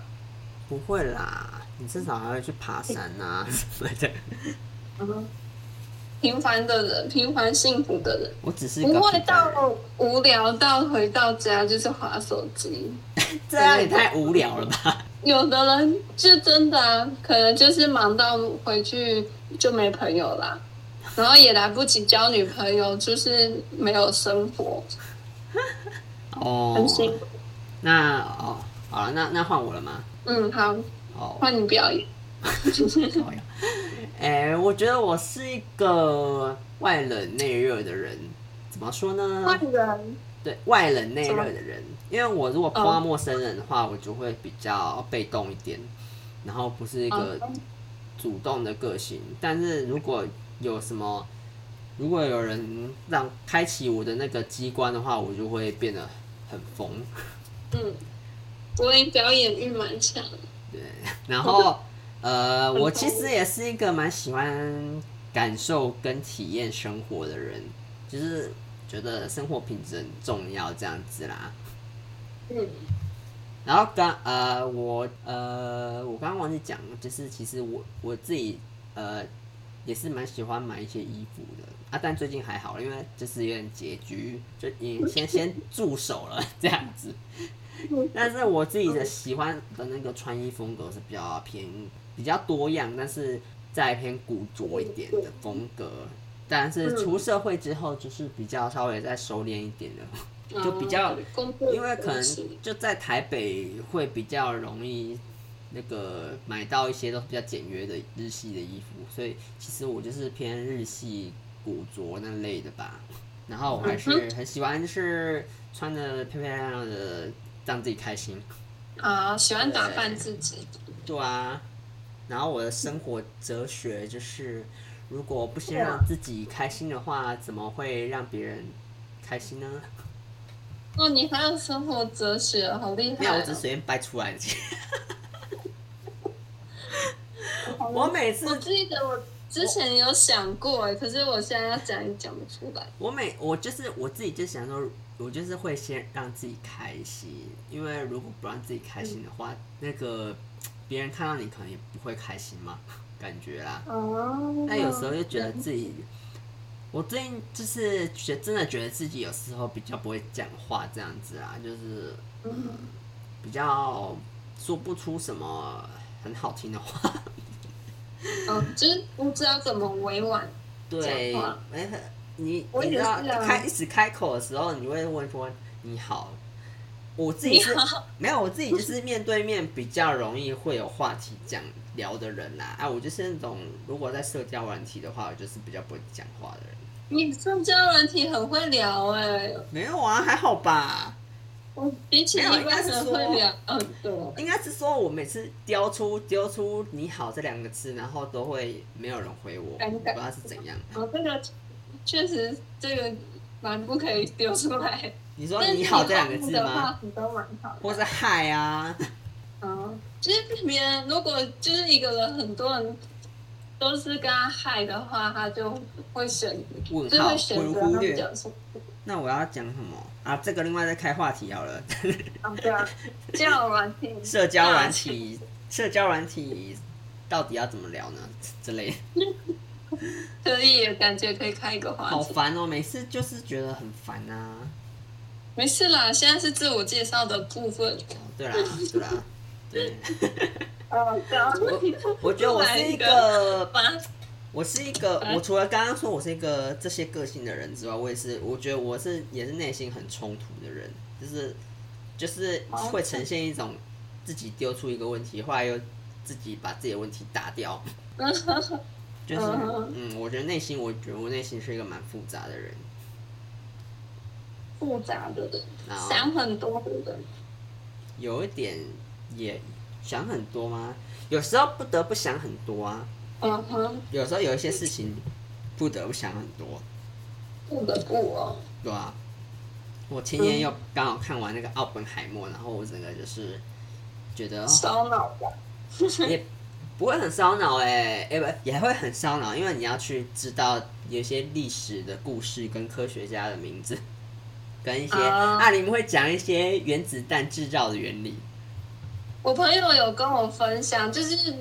[SPEAKER 1] 不会啦，你至少还会去爬山啊什么的。
[SPEAKER 2] 嗯，平凡的人，平凡幸福的人，
[SPEAKER 1] 我只是一
[SPEAKER 2] 不
[SPEAKER 1] 个
[SPEAKER 2] 会
[SPEAKER 1] 平凡人
[SPEAKER 2] 到哦无聊到回到家就是划手机。
[SPEAKER 1] 这样也太无聊了 (laughs) 吧？
[SPEAKER 2] 有的人就真的、啊、可能就是忙到回去就没朋友啦，然后也来不及交女朋友，就是没有生活，
[SPEAKER 1] 哦
[SPEAKER 2] 很，辛苦。
[SPEAKER 1] 那哦，好了，那那换我了吗？
[SPEAKER 2] 嗯，好，
[SPEAKER 1] 哦，
[SPEAKER 2] 换你表演。
[SPEAKER 1] 靠呀哎、我觉得我是一个外冷内热的人，怎么说呢？
[SPEAKER 2] 换人，
[SPEAKER 1] 对外冷内热的人，因为我如果碰到
[SPEAKER 2] 嗯
[SPEAKER 1] 陌生人的话，我就会比较被动一点，然后不是一个
[SPEAKER 2] 嗯
[SPEAKER 1] 主动的个性。但是如果有什么，如果有人让开启我的那个机关的话，我就会变得很疯。 (laughs)
[SPEAKER 2] 嗯，所以表演欲蛮强。
[SPEAKER 1] 对，然后呃，
[SPEAKER 2] 很
[SPEAKER 1] 我其
[SPEAKER 2] 疯
[SPEAKER 1] 实也是一个蛮喜欢感受跟体验生活的人，就是觉得生活品质很重要这样子啦。
[SPEAKER 2] 嗯，
[SPEAKER 1] 然后刚呃，我呃，我刚刚忘记讲，就是其实我我自己呃也是蛮喜欢买一些衣服的啊，但最近还好，因为就是有点拮据，就已经先先住手了这样子。但是我自己的喜欢的那个穿衣风格是比较偏比较多样，但是再偏古着一点的风格。但是出社会之后，就是比较稍微再收敛一点的就比较
[SPEAKER 2] 嗯工作，
[SPEAKER 1] 因为可能就在台北会比较容易那个买到一些都是比较简约的日系的衣服，所以其实我就是偏日系古着那类的吧。然后我还是很喜欢，就是穿的漂漂亮亮的，让自己开心。
[SPEAKER 2] 啊，喜欢打扮自己。
[SPEAKER 1] 对啊，然后我的生活哲学就是，如果不先让自己开心的话，怎么会让别人开心呢？
[SPEAKER 2] 哦，你还有生活哲学，好厉
[SPEAKER 1] 没
[SPEAKER 2] 害、
[SPEAKER 1] 有，
[SPEAKER 2] 哦！
[SPEAKER 1] 我只是随便掰出来的。
[SPEAKER 2] 好厉害
[SPEAKER 1] (laughs)
[SPEAKER 2] 哦
[SPEAKER 1] 我每次
[SPEAKER 2] 我记得我之前有想过欸，可是我现在要讲也讲不出来。
[SPEAKER 1] 我每我就是我自己就想说，我就是会先让自己开心，因为如果不让自己开心的话，那个别人看到你可能也不会开心嘛，感觉啦。
[SPEAKER 2] 哦，
[SPEAKER 1] 但有时候又觉得自己我最近就是觉真的觉得自己有时候比较不会讲话这样子啊，就是嗯比较说不出什么很好听的话。
[SPEAKER 2] 哦，就是不知道怎么委婉。
[SPEAKER 1] 对，
[SPEAKER 2] 讲话
[SPEAKER 1] 哎，你
[SPEAKER 2] 我
[SPEAKER 1] 你
[SPEAKER 2] 也
[SPEAKER 1] 知道
[SPEAKER 2] 是啊
[SPEAKER 1] 开一直开口的时候，你会问说你好，我自己
[SPEAKER 2] 你
[SPEAKER 1] 是
[SPEAKER 2] 好，
[SPEAKER 1] 没有，我自己就是面对面比较容易会有话题讲聊的人啦、啊。我就是那种如果在社交软体的话，我就是比较不会讲话的人。
[SPEAKER 2] 你社交软体很会聊哎、
[SPEAKER 1] 没有啊，还好吧。
[SPEAKER 2] 我比起一
[SPEAKER 1] 没有应该
[SPEAKER 2] 般
[SPEAKER 1] 是
[SPEAKER 2] 人
[SPEAKER 1] 说
[SPEAKER 2] 会聊很多。
[SPEAKER 1] 应该是说我每次丢出丢出“你好”这两个字，然后都会没有人回我，我
[SPEAKER 2] 尴尬
[SPEAKER 1] 不知道是怎样。
[SPEAKER 2] 哦，这个确实这个蛮不可以丢出来。
[SPEAKER 1] 你说“
[SPEAKER 2] 但
[SPEAKER 1] 你
[SPEAKER 2] 你
[SPEAKER 1] 好”这两个字
[SPEAKER 2] 的
[SPEAKER 1] 吗？
[SPEAKER 2] 话，你都蛮好的。
[SPEAKER 1] 或者“嗨”啊？
[SPEAKER 2] 嗯，就是别人如果就是一个人，很多人都是跟他嗨的话，他就会选，
[SPEAKER 1] 问
[SPEAKER 2] 就
[SPEAKER 1] 号
[SPEAKER 2] 会选
[SPEAKER 1] 忽
[SPEAKER 2] 择
[SPEAKER 1] 忽
[SPEAKER 2] 他们
[SPEAKER 1] 略。
[SPEAKER 2] 讲什么。
[SPEAKER 1] 那我要讲什么啊？这个另外再开话题好了。 (laughs)
[SPEAKER 2] 啊，对啊，叫软体，
[SPEAKER 1] 社交软体，社交软体到底要怎么聊呢？之类的，
[SPEAKER 2] 可以，感觉可以开一个话
[SPEAKER 1] 好
[SPEAKER 2] 题。
[SPEAKER 1] 烦哦！每次就是觉得很烦啊。
[SPEAKER 2] 没事啦，现在是自我介绍的部分。
[SPEAKER 1] 哦对 (laughs) 啦，对啦， (laughs) 对。
[SPEAKER 2] 哦，对啊，
[SPEAKER 1] 我我觉得我是一
[SPEAKER 2] 来
[SPEAKER 1] 个
[SPEAKER 2] 吧，
[SPEAKER 1] 我是一个，
[SPEAKER 2] 哎
[SPEAKER 1] 我除了刚刚说我是一个这些个性的人之外，我也是，我觉得我是也是内心很冲突的人，就是就是
[SPEAKER 2] 哦
[SPEAKER 1] 会呈现一种自己丢出一个问题，后来又自己把自己的问题打
[SPEAKER 2] (laughs)
[SPEAKER 1] 掉，就是
[SPEAKER 2] 嗯
[SPEAKER 1] 嗯，我觉得内心，我觉得我内心是一个蛮复杂的人，
[SPEAKER 2] 复杂的人，
[SPEAKER 1] 然后
[SPEAKER 2] 想很多的人，
[SPEAKER 1] 有一点也想很多吗？有时候不得不想很多啊，
[SPEAKER 2] 嗯哼，
[SPEAKER 1] 有时候有一些事情不得不想很多，
[SPEAKER 2] 不得不哦，
[SPEAKER 1] 对啊，我前年又刚好看完那个《奥本海默》，然后我整个就是觉得哦
[SPEAKER 2] 烧脑吧，
[SPEAKER 1] 也不会很烧脑哎，哎不也会很烧脑，因为你要去知道有一些历史的故事跟科学家的名字，跟一些
[SPEAKER 2] 啊
[SPEAKER 1] 啊你们会讲一些原子弹制造的原理，
[SPEAKER 2] 我朋友有跟我分享，就是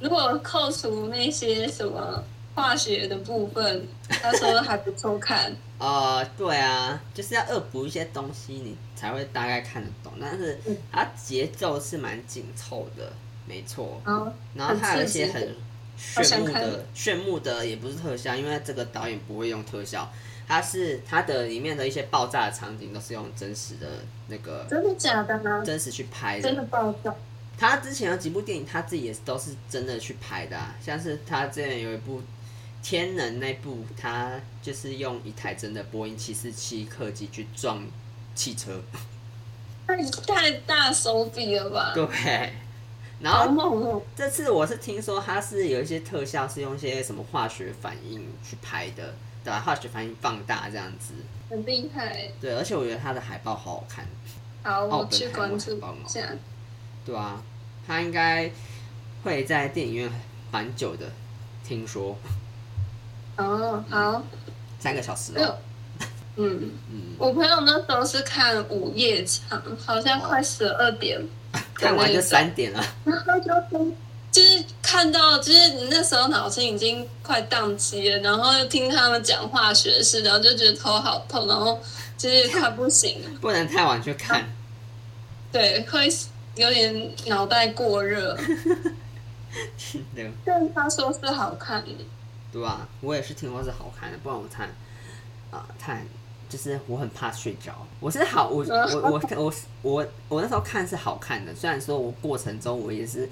[SPEAKER 2] 如果扣除那些什么化学的部分，他说还不错看。
[SPEAKER 1] 呃，对啊，就是要恶补一些东西，你才会大概看得懂。但是
[SPEAKER 2] 嗯
[SPEAKER 1] 它节奏是蛮紧凑的，没错。
[SPEAKER 2] 然后
[SPEAKER 1] 然后它有一些
[SPEAKER 2] 很
[SPEAKER 1] 很
[SPEAKER 2] 好
[SPEAKER 1] 炫
[SPEAKER 2] 想
[SPEAKER 1] 目
[SPEAKER 2] 看
[SPEAKER 1] 的，炫目的也不是特效，因为这个导演不会用特效，它是它的里面的一些爆炸的场景都是用真实的那个
[SPEAKER 2] 真的假的呢？
[SPEAKER 1] 真实去拍
[SPEAKER 2] 真的
[SPEAKER 1] 的。
[SPEAKER 2] 爆炸，
[SPEAKER 1] 他之前有几部电影，他自己也都是真的去拍的、啊，像是他之前有一部《天能》那部，他就是用一台真的波音七四七客机去撞汽车，
[SPEAKER 2] 太太大手笔了吧？
[SPEAKER 1] (laughs) 对。然
[SPEAKER 2] 好
[SPEAKER 1] 后
[SPEAKER 2] 猛哦！
[SPEAKER 1] 这次我是听说它是有一些特效是用一些什么化学反应去拍的，对吧？化学反应放大这样子，
[SPEAKER 2] 很厉害。
[SPEAKER 1] 对，而且我觉得它的海报好好看，
[SPEAKER 2] 好，
[SPEAKER 1] 哦
[SPEAKER 2] 我
[SPEAKER 1] 对
[SPEAKER 2] 去
[SPEAKER 1] 还
[SPEAKER 2] 关
[SPEAKER 1] 蛮
[SPEAKER 2] 注
[SPEAKER 1] 棒哦
[SPEAKER 2] 一下。
[SPEAKER 1] 对啊，它应该会在电影院蛮久的，听说
[SPEAKER 2] 哦，好，
[SPEAKER 1] 三个小时
[SPEAKER 2] 没有
[SPEAKER 1] 哦，，
[SPEAKER 2] 嗯，
[SPEAKER 1] 嗯，
[SPEAKER 2] 我朋友那时候是看午夜场，好像快十二点，
[SPEAKER 1] 看完就三点了，
[SPEAKER 2] 然后就听就是看到，就是你那时候脑筋已经快宕机了，然后又听他们讲化学式，然后就觉得头好痛，然后就是快不行了，
[SPEAKER 1] 不能太晚去看， (laughs)
[SPEAKER 2] 对，会有点脑袋过热。
[SPEAKER 1] 对
[SPEAKER 2] 但他说是好看的，
[SPEAKER 1] 对吧？我也是听说是好看的，不然我看啊、看，就是我很怕睡着。我是好，我我我我我我我那时候看是好看的，虽然说我过程中我也是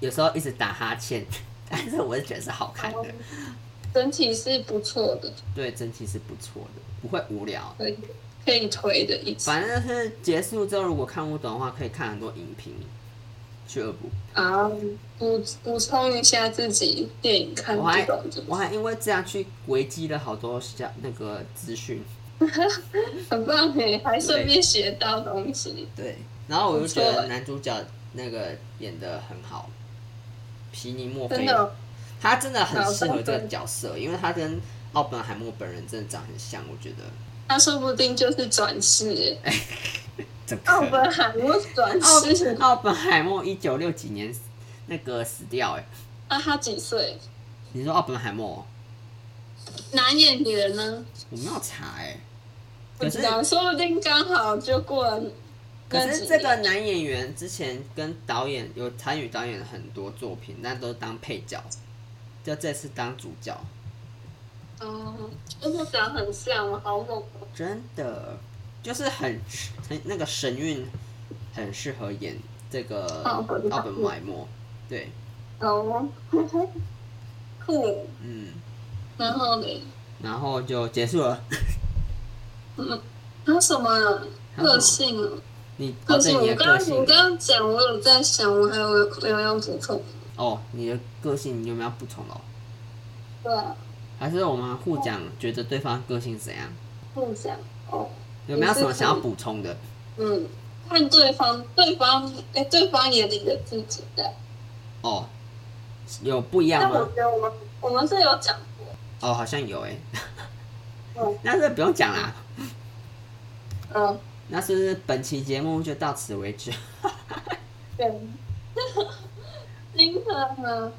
[SPEAKER 1] 有时候一直打哈欠， (laughs) 但是我是觉得是好看
[SPEAKER 2] 然后
[SPEAKER 1] 的，
[SPEAKER 2] 整体是不错的，
[SPEAKER 1] 对，整体是不错的，不会无聊。
[SPEAKER 2] 可以可以推的一次
[SPEAKER 1] 反正是结束之后，如果看不懂的话，可以看很多影评去恶补。
[SPEAKER 2] 啊，补补充一下自己电影看
[SPEAKER 1] 我还
[SPEAKER 2] 不懂的，
[SPEAKER 1] 我还因为这样去维基了好多像那个资讯。
[SPEAKER 2] 很棒诶，还顺便学到东西。
[SPEAKER 1] 对，然后我就觉
[SPEAKER 2] 不错
[SPEAKER 1] 得
[SPEAKER 2] 欸
[SPEAKER 1] 男主角那个演的很好，皮尼莫
[SPEAKER 2] 真
[SPEAKER 1] 菲，
[SPEAKER 2] 的哦，
[SPEAKER 1] 他真的很
[SPEAKER 2] 好
[SPEAKER 1] 适合这
[SPEAKER 2] 真
[SPEAKER 1] 个
[SPEAKER 2] 的
[SPEAKER 1] 角色，因为他跟奥本海默本人真的长很像，我觉得。
[SPEAKER 2] 他说不定就是转世欸耶，
[SPEAKER 1] 怎么
[SPEAKER 2] 奥本海默转世，
[SPEAKER 1] 奥本海默一九六几年那个死掉哎、
[SPEAKER 2] 哦那他几岁？
[SPEAKER 1] 你说奥本海默哦？
[SPEAKER 2] 男演员呢？
[SPEAKER 1] 我没有查哎、
[SPEAKER 2] 不
[SPEAKER 1] 可
[SPEAKER 2] 知
[SPEAKER 1] 是
[SPEAKER 2] 道，说不定刚好就过了
[SPEAKER 1] 可
[SPEAKER 2] 那
[SPEAKER 1] 是
[SPEAKER 2] 几
[SPEAKER 1] 这个
[SPEAKER 2] 年。
[SPEAKER 1] 男演员之前跟导演有参与导演很多作品，那都当配角，就这次当主角，
[SPEAKER 2] 哦，真的长很像，我好猛哦。
[SPEAKER 1] 真的就是很很那个神韵，很适合演这个
[SPEAKER 2] 奥本海默
[SPEAKER 1] 奥本海默。对，
[SPEAKER 2] 哦，酷，
[SPEAKER 1] 嗯，
[SPEAKER 2] 然后嘞，
[SPEAKER 1] 然后就结束了。
[SPEAKER 2] 还有什么个性哦？
[SPEAKER 1] 你哦，
[SPEAKER 2] 个
[SPEAKER 1] 对
[SPEAKER 2] 性，
[SPEAKER 1] 你的
[SPEAKER 2] 我刚
[SPEAKER 1] 个
[SPEAKER 2] 刚
[SPEAKER 1] 性
[SPEAKER 2] 你刚刚讲，我有在想，我还有有没有补充？
[SPEAKER 1] 哦，你的个性你有没有要补充哦？
[SPEAKER 2] 对啊，
[SPEAKER 1] 还是我们互讲，觉得对方个性怎样？
[SPEAKER 2] 不讲哦。
[SPEAKER 1] 有没有什么
[SPEAKER 2] 你是
[SPEAKER 1] 想要
[SPEAKER 2] 可以
[SPEAKER 1] 补充的？
[SPEAKER 2] 嗯，看对方，对方，哎、对方眼里的自己的。
[SPEAKER 1] 哦，有不一
[SPEAKER 2] 但
[SPEAKER 1] 样
[SPEAKER 2] 我
[SPEAKER 1] 吗？
[SPEAKER 2] 觉得我们我们是有讲
[SPEAKER 1] 哦，好像有哎、
[SPEAKER 2] 过，
[SPEAKER 1] (laughs) 那这不用讲啦，
[SPEAKER 2] 嗯嗯，
[SPEAKER 1] 那是不是本期节目就到此为止？
[SPEAKER 2] 对。 (laughs) 新的呢，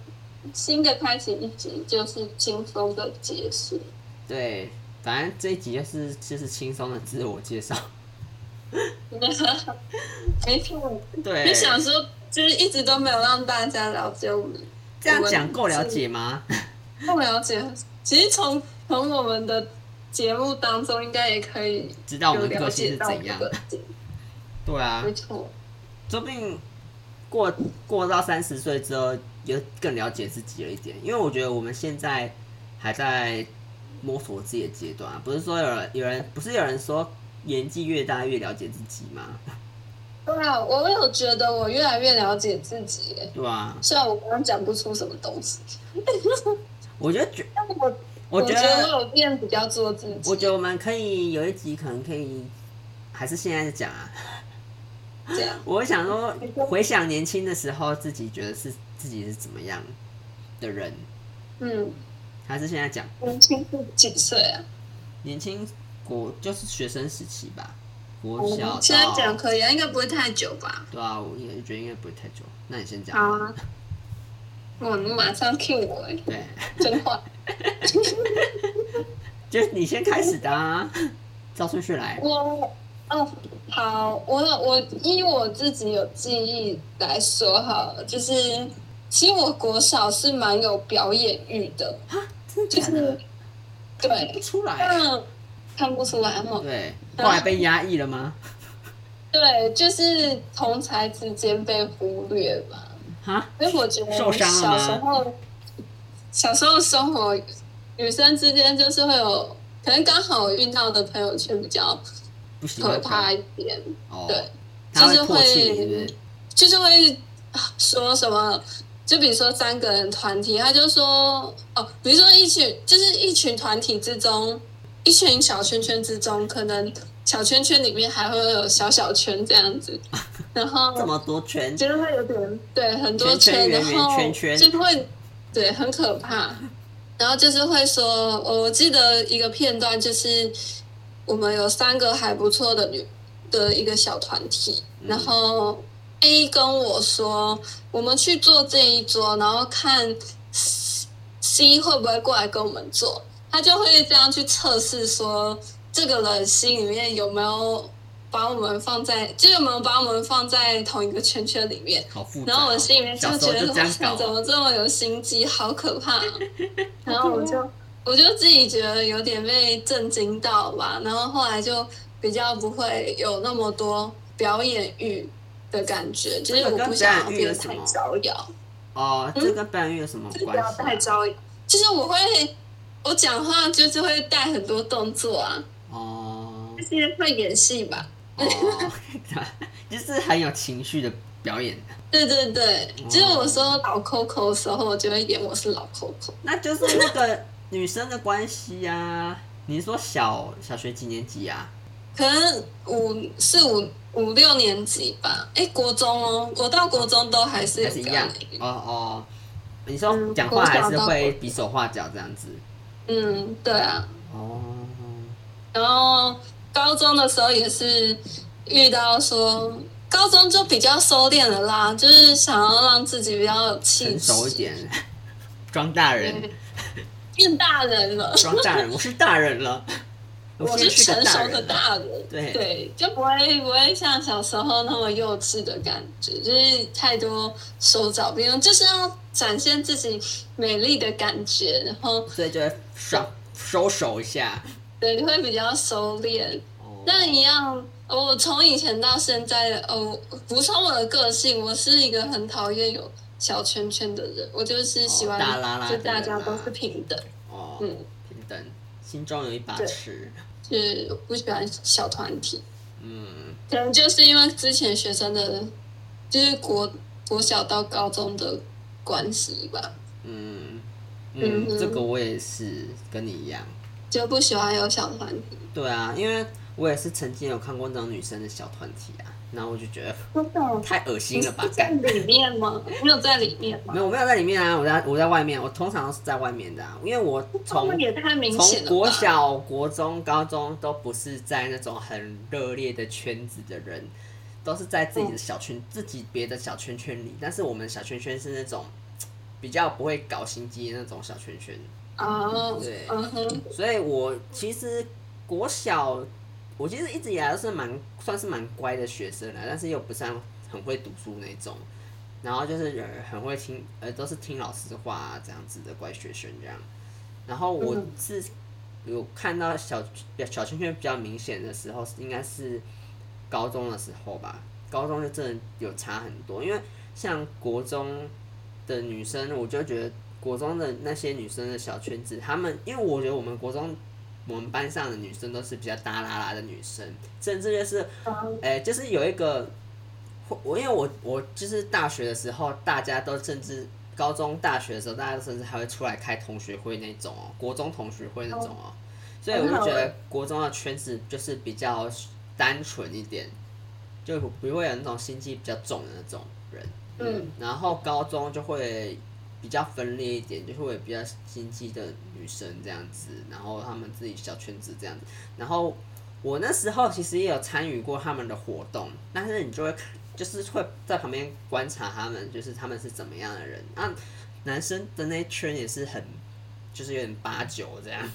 [SPEAKER 2] 新的开始一集就是轻松的结束。 (laughs)
[SPEAKER 1] 对，反正这一集就是就是轻松的自我介绍。
[SPEAKER 2] 没错，
[SPEAKER 1] 对，
[SPEAKER 2] 就想说，就是一直都没有让大家了解我们，
[SPEAKER 1] 这样讲够了解吗？
[SPEAKER 2] 不了解。其实从从我们的节目当中，应该也可以
[SPEAKER 1] 知道我
[SPEAKER 2] 有
[SPEAKER 1] 们的
[SPEAKER 2] 了
[SPEAKER 1] 个性
[SPEAKER 2] 解
[SPEAKER 1] 是
[SPEAKER 2] 到
[SPEAKER 1] 怎样？
[SPEAKER 2] 个性
[SPEAKER 1] 对 (laughs) 啊
[SPEAKER 2] 没，错，
[SPEAKER 1] 说不定过过到三十岁之后，也更了解自己了一点。因为我觉得我们现在还在摸索自己的阶段啊，不是说有人有人不是有人说年纪越大越了解自己吗？
[SPEAKER 2] 对啊，我有觉得我越来越了解自己耶，
[SPEAKER 1] 对啊，
[SPEAKER 2] 虽然我刚刚讲不出什么东西，
[SPEAKER 1] 我觉得觉
[SPEAKER 2] 但我
[SPEAKER 1] 我
[SPEAKER 2] 觉
[SPEAKER 1] 觉
[SPEAKER 2] 得
[SPEAKER 1] 得
[SPEAKER 2] 我有变比较做自己，
[SPEAKER 1] 我觉得我们可以有一集可能可以，还是现在讲啊。
[SPEAKER 2] 这样
[SPEAKER 1] 我会想说，回想年轻的时候，自己觉得是自己是怎么样的人，
[SPEAKER 2] 嗯，
[SPEAKER 1] 还是现在讲
[SPEAKER 2] 年轻是几岁啊？
[SPEAKER 1] 年轻国就是学生时期吧，国
[SPEAKER 2] 嗯
[SPEAKER 1] 小
[SPEAKER 2] 现在讲
[SPEAKER 1] 到
[SPEAKER 2] 可以啊，应该不会太久吧？
[SPEAKER 1] 对啊，我也觉得应该不会太久。那你先讲。
[SPEAKER 2] 好啊，哇，你马上 Q 我哎，
[SPEAKER 1] 对，
[SPEAKER 2] 真坏，
[SPEAKER 1] 就是你先开始的啊，照顺序来。
[SPEAKER 2] 我哦，好，我我依我自己有记忆来说好了，就是其实我国小是蛮有表演欲的，
[SPEAKER 1] 真的
[SPEAKER 2] 就
[SPEAKER 1] 假
[SPEAKER 2] 是
[SPEAKER 1] 的？
[SPEAKER 2] 对
[SPEAKER 1] 不，出来。
[SPEAKER 2] 但看不出来嘛。
[SPEAKER 1] 对，后来被压抑了吗？
[SPEAKER 2] 对，就是同才之间被忽略吧。
[SPEAKER 1] 哈，
[SPEAKER 2] 所以我觉得
[SPEAKER 1] 受伤了
[SPEAKER 2] 小
[SPEAKER 1] 吗
[SPEAKER 2] 时候，小时候生活，女生之间就是会有，可能刚好遇到的朋友圈比较
[SPEAKER 1] 不喜
[SPEAKER 2] 可
[SPEAKER 1] 欢
[SPEAKER 2] 怕一点，
[SPEAKER 1] 哦
[SPEAKER 2] 对，
[SPEAKER 1] 他
[SPEAKER 2] 就是
[SPEAKER 1] 会唾弃你
[SPEAKER 2] 会
[SPEAKER 1] 是不是？
[SPEAKER 2] 就是会说什么。就比如说三个人团体，他就说哦，比如说一群就是一群团体之中，一群小圈圈之中，可能小圈圈里面还会有小小圈这样子，然
[SPEAKER 1] (laughs)
[SPEAKER 2] 后
[SPEAKER 1] 这么多圈，
[SPEAKER 2] 觉得会有点对很多
[SPEAKER 1] 圈圈圆圆
[SPEAKER 2] 然后
[SPEAKER 1] 圈圈
[SPEAKER 2] 就是会对很可怕，然后就是会说，我我记得一个片段就是我们有三个还不错的女的一个小团体，
[SPEAKER 1] 嗯
[SPEAKER 2] 然后 A 跟我说，我们去坐这一桌，然后看 C- C 会不会过来跟我们坐，他就会这样去测试说这个人心里面有没有。把我们放在，就有没有把我们放在同一个圈圈里面？
[SPEAKER 1] 好复杂哦。
[SPEAKER 2] 然后我心里面就
[SPEAKER 1] 小时
[SPEAKER 2] 觉
[SPEAKER 1] 候
[SPEAKER 2] 得，
[SPEAKER 1] 就这
[SPEAKER 2] 哇
[SPEAKER 1] 样
[SPEAKER 2] 塞，
[SPEAKER 1] 搞
[SPEAKER 2] 怎
[SPEAKER 1] 哦，
[SPEAKER 2] 么这么有心机，好可怕、啊！然后我就我就自己觉得有点被震惊到吧，然后后来就比较不会有那么多表演欲的感觉，就是
[SPEAKER 1] 这个
[SPEAKER 2] 我
[SPEAKER 1] 跟
[SPEAKER 2] 不想要
[SPEAKER 1] 表演欲有
[SPEAKER 2] 变
[SPEAKER 1] 什
[SPEAKER 2] 太
[SPEAKER 1] 么
[SPEAKER 2] 招摇，
[SPEAKER 1] 哦，
[SPEAKER 2] 嗯
[SPEAKER 1] 这跟表演有什么
[SPEAKER 2] 就是不
[SPEAKER 1] 关
[SPEAKER 2] 要
[SPEAKER 1] 系
[SPEAKER 2] 太
[SPEAKER 1] 啊？
[SPEAKER 2] 招摇，就是我会我讲话就是会带很多动作啊，
[SPEAKER 1] 哦
[SPEAKER 2] 就是会演戏吧。
[SPEAKER 1] 哦， (laughs) 就是很有情绪的表演，
[SPEAKER 2] (laughs) 对对
[SPEAKER 1] 哦
[SPEAKER 2] 对，就是我说老 Coco 的时候，我就会演我是老 Coco。
[SPEAKER 1] 那就是那个女生的关系呀、啊。你是说小小学几年级啊？
[SPEAKER 2] 可能五四五五六年级吧，哎、国中哦，我到国中都还是有
[SPEAKER 1] 还是一样
[SPEAKER 2] 表演？
[SPEAKER 1] 哦哦，你说
[SPEAKER 2] 嗯
[SPEAKER 1] 讲话还是会比手画脚这样子？
[SPEAKER 2] 嗯，对啊。
[SPEAKER 1] 哦，
[SPEAKER 2] 然后高中的时候也是遇到说，高中就比较收敛了啦，就是想要让自己比较有气
[SPEAKER 1] 成
[SPEAKER 2] 质 (laughs)
[SPEAKER 1] 熟一点，装大人
[SPEAKER 2] 对。变大人了，
[SPEAKER 1] 装大人，我是大人了，
[SPEAKER 2] (laughs) 我
[SPEAKER 1] 现
[SPEAKER 2] 是
[SPEAKER 1] 在是
[SPEAKER 2] 成
[SPEAKER 1] 个
[SPEAKER 2] 熟
[SPEAKER 1] 人
[SPEAKER 2] 的
[SPEAKER 1] 了
[SPEAKER 2] 大人，
[SPEAKER 1] 对
[SPEAKER 2] 对，就不会不会像小时候那么幼稚的感觉，就是太多手脚并用，就是要展现自己美丽的感觉，然后
[SPEAKER 1] 所以就会爽收手一下。
[SPEAKER 2] 对你会比较收敛。
[SPEAKER 1] 哦
[SPEAKER 2] 但一样，我从以前到现在的，哦，补充我的个性，我是一个很讨厌有小圈圈的人，我就是喜欢、
[SPEAKER 1] 哦大拉拉
[SPEAKER 2] 就
[SPEAKER 1] 的
[SPEAKER 2] 大家
[SPEAKER 1] 人啊
[SPEAKER 2] 都是平等，
[SPEAKER 1] 哦，
[SPEAKER 2] 嗯
[SPEAKER 1] 平等，心中有一把
[SPEAKER 2] 对
[SPEAKER 1] 尺。
[SPEAKER 2] 就是我不喜欢小团体。
[SPEAKER 1] 嗯，
[SPEAKER 2] 可能就是因为之前学生的，就是国国小到高中的关系吧，
[SPEAKER 1] 嗯
[SPEAKER 2] 嗯
[SPEAKER 1] 嗯，
[SPEAKER 2] 哼
[SPEAKER 1] 这个我也是跟你一样。
[SPEAKER 2] 就不喜欢有小团体。
[SPEAKER 1] 对啊，因为我也是曾经有看过那种女生的小团体啊，然后我就觉得
[SPEAKER 2] 真的？
[SPEAKER 1] 太恶心
[SPEAKER 2] 你
[SPEAKER 1] 了
[SPEAKER 2] 是
[SPEAKER 1] 吧，
[SPEAKER 2] 在 (laughs)
[SPEAKER 1] 干。
[SPEAKER 2] 里面吗？你有在里面吗
[SPEAKER 1] 没？有，我没有在里面啊，我在我在外面，我通常都是在外面的、啊，因为我从
[SPEAKER 2] 那也太明显
[SPEAKER 1] 从
[SPEAKER 2] 了
[SPEAKER 1] 国
[SPEAKER 2] 吧。
[SPEAKER 1] 小、国中、高中都不是在那种很热烈的圈子的人，都是在自
[SPEAKER 2] 嗯
[SPEAKER 1] 己的小圈、自己别的小圈圈里。但是我们小圈圈是那种嘖比较不会搞心机的那种小圈圈，
[SPEAKER 2] 啊，
[SPEAKER 1] 对
[SPEAKER 2] 嗯哼，
[SPEAKER 1] 所以我其实国小，我其实一直以来都是蛮算是蛮乖的学生啦，但是又不算很会读书那种。然后就是呃很会听，呃，都是听老师的话、啊这样子的乖学生这样。然后我
[SPEAKER 2] 嗯
[SPEAKER 1] 是有看到小小圈圈比较明显的时候，应该是高中的时候吧。高中就真的有差很多，因为像国中的女生，我就觉得国中的那些女生的小圈子，她们因为我觉得我们国中我们班上的女生都是比较大啦啦的女生，甚至就是
[SPEAKER 2] 嗯
[SPEAKER 1] 哎、就是有一个，或我因为我我就是大学的时候，大家都甚至高中、大学的时候，大家甚至还会出来开同学会那种哦，国中同学会那种哦，所以我就觉得国中的圈子就是比较单纯一点，就不会有那种心机比较重的那种人。
[SPEAKER 2] 嗯，
[SPEAKER 1] 然后高中就会比较分裂一点，就会有比较心机的女生这样子，然后他们自己小圈子这样子。然后我那时候其实也有参与过他们的活动，但是你就会看，就是会在旁边观察他们，就是他们是怎么样的人。那男生的那一圈也是很，就是有点八九这样。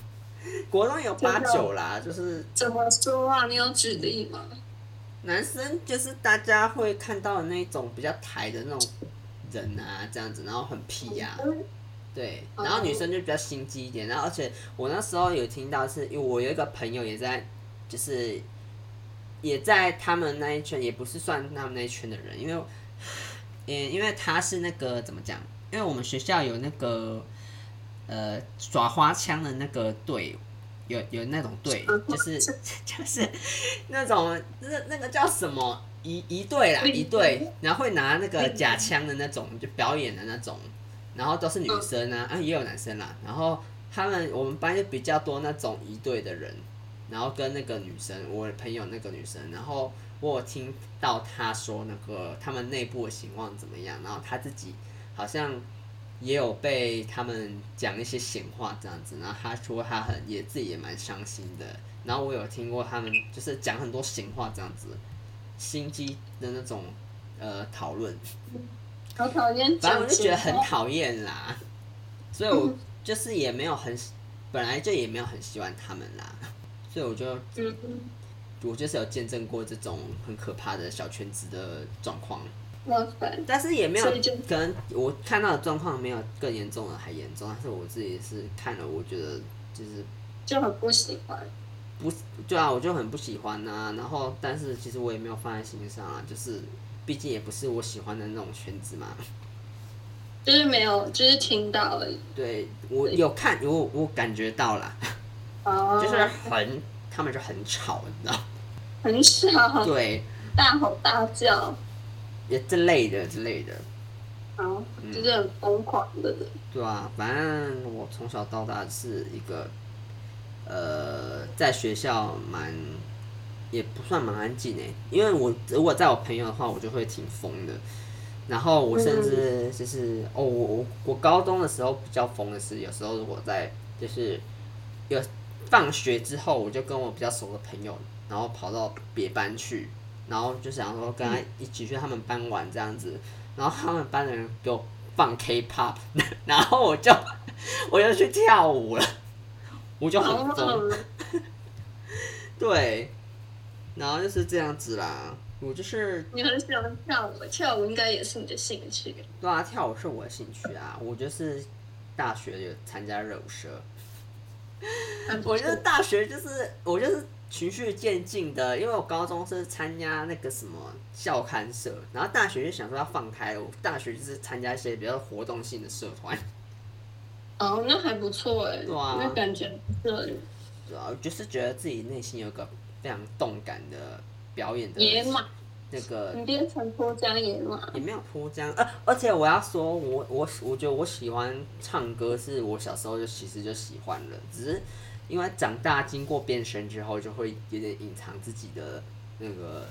[SPEAKER 1] 国中有八九啦，就是
[SPEAKER 2] 怎么说啊？你有举例吗？
[SPEAKER 1] 男生就是大家会看到的那种比较抬的那种人啊，这样子，然后很屁呀、
[SPEAKER 2] 嗯
[SPEAKER 1] 对，
[SPEAKER 2] 哦
[SPEAKER 1] 然后女生就比较心机一点，然后而且我那时候有听到是，因为我有一个朋友也在，就是也在他们那一圈，也不是算他们那一圈的人，因为，嗯，因为他是那个怎么讲？因为我们学校有那个呃耍花枪的那个队，有有那种队，就是 (laughs) 就是 (laughs) 那种那那个叫什么一一队啦，一队，然后会拿那个假枪的那种，就表演的那种。然后都是女生啊，啊也有男生啦。然后他们我们班就比较多那种一队的人，然后跟那个女生，我的朋友那个女生，然后我有听到她说那个他们内部的情况怎么样，然后她自己好像也有被他们讲一些闲话这样子，然后她说她很也自己也蛮伤心的。然后我有听过他们就是讲很多闲话这样子，心机的那种呃讨
[SPEAKER 2] (laughs)
[SPEAKER 1] 论，
[SPEAKER 2] 好讨厌
[SPEAKER 1] 反
[SPEAKER 2] 讲哦
[SPEAKER 1] 正我就
[SPEAKER 2] 情
[SPEAKER 1] 觉
[SPEAKER 2] 话
[SPEAKER 1] 得很讨厌啦，所以我就是也没有很，本来就也没有很喜欢他们啦，所以我就
[SPEAKER 2] 嗯，
[SPEAKER 1] 我就是有见证过这种很可怕的小圈子的状况，
[SPEAKER 2] 麻烦。
[SPEAKER 1] 但是也没有
[SPEAKER 2] 所以就
[SPEAKER 1] 可能我看到的状况没有更严重的还严重，但是我自己是看了，我觉得就是
[SPEAKER 2] 就很不喜欢。
[SPEAKER 1] 不，对啊，我就很不喜欢呐、然后，但是其实我也没有放在心上啊，就是毕竟也不是我喜欢的那种圈子嘛。
[SPEAKER 2] 嗯就是没有，就是听到而已。
[SPEAKER 1] 对我有看，我我感觉到啦，
[SPEAKER 2] 哦，
[SPEAKER 1] 就是很，他们就很吵，你知道？
[SPEAKER 2] 很少
[SPEAKER 1] 对，
[SPEAKER 2] 大吼大叫，
[SPEAKER 1] 也之类的之类的，
[SPEAKER 2] 然后
[SPEAKER 1] 嗯
[SPEAKER 2] 就是很疯狂的人。
[SPEAKER 1] 对啊，反正我从小到大是一个，呃，在学校蛮，也不算蛮安静诶、因为我如果在我朋友的话，我就会挺疯的。然后我甚至就是、哦，我我我高中的时候比较疯的是，有时候我在就是有放学之后，我就跟我比较熟的朋友，然后跑到别班去，然后就想说跟他一起去他们班玩 (laughs) 这样子，然后他们班的人给我放 K-pop，然后我就 (laughs) 我就去跳舞了，我就
[SPEAKER 2] 好
[SPEAKER 1] 很疯。
[SPEAKER 2] 冷，
[SPEAKER 1] 对，然后就是这样子啦。我就是
[SPEAKER 2] 你很喜欢跳舞，跳舞应该也是你的兴趣。
[SPEAKER 1] 对啊，跳舞是我的兴趣啊。我就是大学有参加热舞社，
[SPEAKER 2] 很不
[SPEAKER 1] 我觉
[SPEAKER 2] 错
[SPEAKER 1] 得大学就是我就是循序渐进的，因为我高中是参加那个什么校刊社，然后大学就想说要放开，我大学就是参加一些比较活动性的社团，
[SPEAKER 2] 哦，那还不错哎，
[SPEAKER 1] 对啊
[SPEAKER 2] 那感觉不错，
[SPEAKER 1] 对啊，我就是觉得自己内心有一个非常动感的表演的
[SPEAKER 2] 野马，
[SPEAKER 1] 那个
[SPEAKER 2] 你变成脱缰野马，
[SPEAKER 1] 也没有铺张，呃，而且我要说，我我我觉得我喜欢唱歌，是我小时候就其实就喜欢了，只是因为长大经过变声之后，就会有点隐藏自己的那个，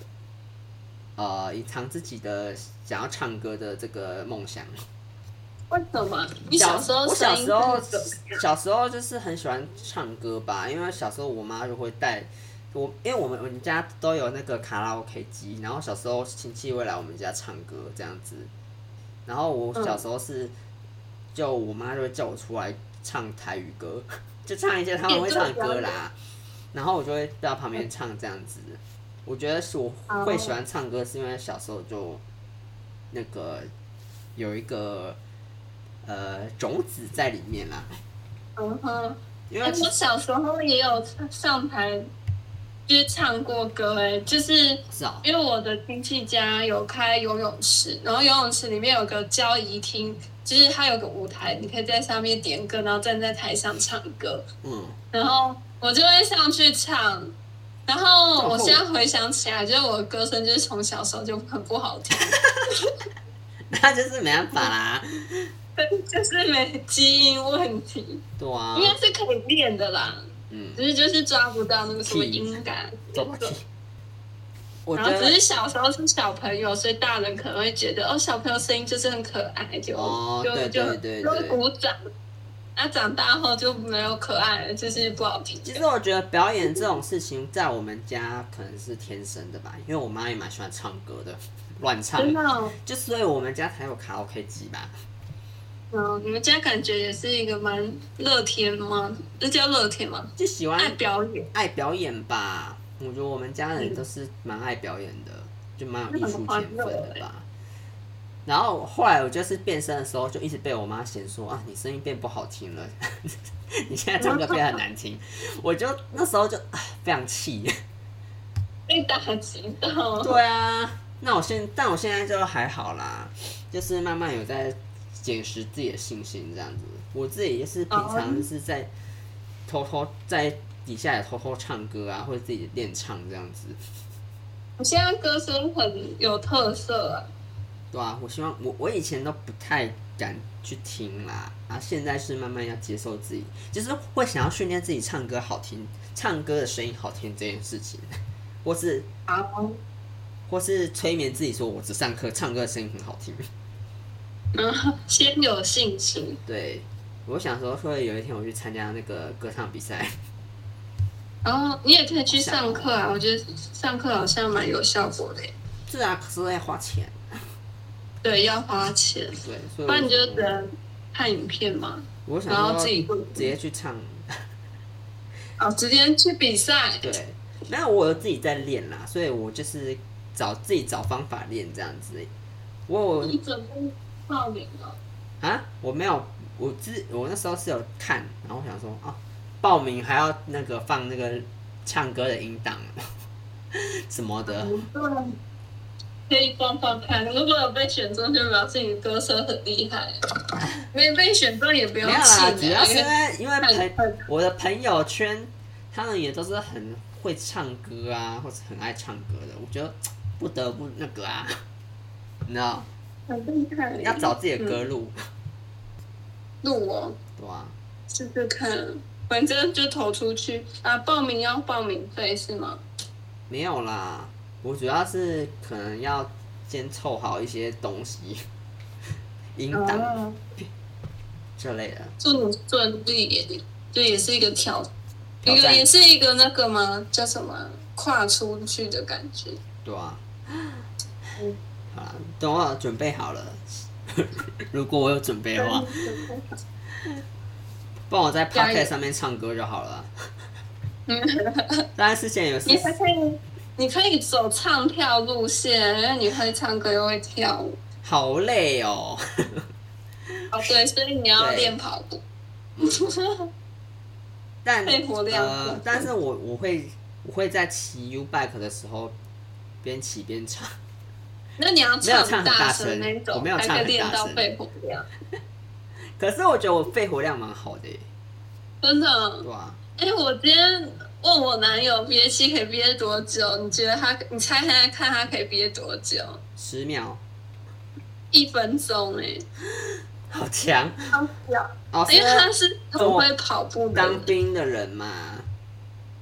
[SPEAKER 1] 呃，隐藏自己的想要唱歌的这个梦想。
[SPEAKER 2] 为什么？你小时候
[SPEAKER 1] 我
[SPEAKER 2] 声
[SPEAKER 1] 小
[SPEAKER 2] 音
[SPEAKER 1] 时候
[SPEAKER 2] 是
[SPEAKER 1] 小时候就是很喜欢唱歌吧，因为小时候我妈就会带我，因为我们我们家都有那个卡拉 OK 机，然后小时候亲戚会来我们家唱歌这样子，然后我
[SPEAKER 2] 嗯
[SPEAKER 1] 小时候是、就我妈就会叫我出来唱台语歌， (laughs) 就唱一些他们会唱的歌啦，然后我就会到旁边唱这样子。我觉得是我会喜欢唱歌，是因为小时候就那个有一个呃种子在里面啦。
[SPEAKER 2] 嗯哼。
[SPEAKER 1] 因
[SPEAKER 2] 哎
[SPEAKER 1] 为
[SPEAKER 2] 我小时候也有上台，就是唱过歌哎、就是
[SPEAKER 1] 是哦，
[SPEAKER 2] 因为我的亲戚家有开游泳池，然后游泳池里面有个交谊厅，就是它有个舞台，你可以在上面点歌，然后站在台上唱歌，
[SPEAKER 1] 嗯， (laughs)
[SPEAKER 2] 然后我就会上去唱。然
[SPEAKER 1] 哦
[SPEAKER 2] 后我现在回想起来，就是我的歌声就是从小时候就很不好听，
[SPEAKER 1] 那就是没办法啦，
[SPEAKER 2] 就是没基因问题，
[SPEAKER 1] 对啊
[SPEAKER 2] 应，该是可以练的啦，
[SPEAKER 1] 嗯，
[SPEAKER 2] 只是就是抓不到那个什么音感。
[SPEAKER 1] 走吧
[SPEAKER 2] 对
[SPEAKER 1] 我
[SPEAKER 2] 然
[SPEAKER 1] 觉
[SPEAKER 2] 后只
[SPEAKER 1] 得
[SPEAKER 2] 是小时候是小朋友，所以大人可能会觉得哦，小朋友声音就是很可爱，就、
[SPEAKER 1] 哦
[SPEAKER 2] 就
[SPEAKER 1] 对
[SPEAKER 2] 就
[SPEAKER 1] 对对
[SPEAKER 2] 就
[SPEAKER 1] 对
[SPEAKER 2] 鼓掌。那、长大后就没有可爱了，就是不好听。
[SPEAKER 1] 其实我觉得表演这种事情在我们家可能是天生的吧，因为我妈也蛮喜欢唱歌的，乱唱，
[SPEAKER 2] 真的哦、
[SPEAKER 1] 就所以我们家才有卡拉 OK 机吧。
[SPEAKER 2] 嗯，你们家感觉也是一个蛮乐天吗？这叫乐天吗？
[SPEAKER 1] 就喜
[SPEAKER 2] 爱
[SPEAKER 1] 欢
[SPEAKER 2] 表演，
[SPEAKER 1] 爱表演吧。我觉得我们家人都是蛮爱表演的，就蛮有艺术天分的吧。然后后来我就是变声的时候，就一直被我妈嫌说啊，你声音变不好听了， (laughs) 你现在唱歌变得很难听。我就那时候就啊非常气。
[SPEAKER 2] 被打击到。
[SPEAKER 1] 对啊，那我现但我现在就还好啦，就是慢慢有在捡拾自己的信心这样子。我自己也是平常就是在偷偷在底下也偷偷唱歌啊，或者自己练唱这样子。
[SPEAKER 2] 我现在歌声很有特色啊，
[SPEAKER 1] 对啊，我希望我我以前都不太敢去听啦，然后现在是慢慢要接受自己，就是会想要训练自己唱歌好听，唱歌的声音好听这件事情，或是
[SPEAKER 2] 好，
[SPEAKER 1] 或是催眠自己说，我只上课唱歌的声音很好听。
[SPEAKER 2] 然后嗯先有信心。
[SPEAKER 1] 对，我想说会有一天我去参加那个歌唱比赛，
[SPEAKER 2] 然后你也可以去上课啊，我觉得上课好像蛮有效果的耶。
[SPEAKER 1] 是啊，可是要花钱，
[SPEAKER 2] 对，要花钱，
[SPEAKER 1] 对，所以
[SPEAKER 2] 不然你就
[SPEAKER 1] 我
[SPEAKER 2] 只能看影片嘛，
[SPEAKER 1] 我想
[SPEAKER 2] 然后
[SPEAKER 1] 说
[SPEAKER 2] 自己不
[SPEAKER 1] 直接去唱，
[SPEAKER 2] 哦，直接去比赛。
[SPEAKER 1] 对，没有我有自己在练啦，所以我就是找自己找方法练这样子。我有
[SPEAKER 2] 你准备报名了？
[SPEAKER 1] 啊，我没有，我自我那时候是有看，然后我想说啊，报名还要那个放那个唱歌的音档 (laughs) 什么的，
[SPEAKER 2] 嗯对，可以放放看。如果有被选中，就表示你歌声很厉害；没被选中也不用
[SPEAKER 1] 没有
[SPEAKER 2] 气
[SPEAKER 1] 啦，
[SPEAKER 2] 馁，
[SPEAKER 1] 主要是因
[SPEAKER 2] 因为
[SPEAKER 1] 为因为
[SPEAKER 2] 看
[SPEAKER 1] 朋
[SPEAKER 2] 看
[SPEAKER 1] 我的朋友圈，他们也都是很会唱歌啊，或者很爱唱歌的，我觉得不得不那个啊， (laughs) 你知道，
[SPEAKER 2] 很厉害。
[SPEAKER 1] 要找自己的歌路，
[SPEAKER 2] 录哦，
[SPEAKER 1] 对吧、啊？
[SPEAKER 2] 试试看。反正就投出去啊！报名要报名费是吗？
[SPEAKER 1] 没有啦，我主要是可能要先凑好一些东西， (laughs) 音档
[SPEAKER 2] 哦
[SPEAKER 1] 这类的。
[SPEAKER 2] 祝你顺利耶，就也是一个挑，
[SPEAKER 1] 挑
[SPEAKER 2] 一个
[SPEAKER 1] 战
[SPEAKER 2] 也是一个那个吗？叫什么？跨出去的感觉。
[SPEAKER 1] 对啊
[SPEAKER 2] 嗯，
[SPEAKER 1] 好啦，等我 (laughs) 啊准备好了。如果我有准备的话，不然我在 p o
[SPEAKER 2] 加
[SPEAKER 1] c
[SPEAKER 2] 油
[SPEAKER 1] k e t 上面唱歌就好
[SPEAKER 2] (laughs)
[SPEAKER 1] 了。当然之前有是
[SPEAKER 2] 你还可以，你可以走唱跳路线，因为你会唱歌又会跳舞。
[SPEAKER 1] 好累哦。
[SPEAKER 2] 哦，对，所以你要
[SPEAKER 1] 对
[SPEAKER 2] 练跑步。
[SPEAKER 1] 但
[SPEAKER 2] 肺活量
[SPEAKER 1] 呃，但是我我会我会在骑 U bike 的时候边骑边唱， (laughs)
[SPEAKER 2] 那你要
[SPEAKER 1] 没有唱很大
[SPEAKER 2] 大
[SPEAKER 1] 声
[SPEAKER 2] 那
[SPEAKER 1] 我
[SPEAKER 2] 种，
[SPEAKER 1] 没有
[SPEAKER 2] 还
[SPEAKER 1] 唱
[SPEAKER 2] 可以
[SPEAKER 1] 很
[SPEAKER 2] 练
[SPEAKER 1] 大
[SPEAKER 2] 到
[SPEAKER 1] 声
[SPEAKER 2] 肺活量，
[SPEAKER 1] 可是我觉得我肺活量蛮好的耶，
[SPEAKER 2] 真的
[SPEAKER 1] 对。吧、
[SPEAKER 2] 哎、我今天问我男友憋气可以憋多久？你觉得他？你猜猜看他可以憋多久？
[SPEAKER 1] 十秒，
[SPEAKER 2] 一分钟哎、
[SPEAKER 1] 好强！
[SPEAKER 2] 超屌
[SPEAKER 1] 哦，
[SPEAKER 2] 因
[SPEAKER 1] 是
[SPEAKER 2] 为他是很会跑步的
[SPEAKER 1] 当
[SPEAKER 2] 人，
[SPEAKER 1] 兵的人嘛，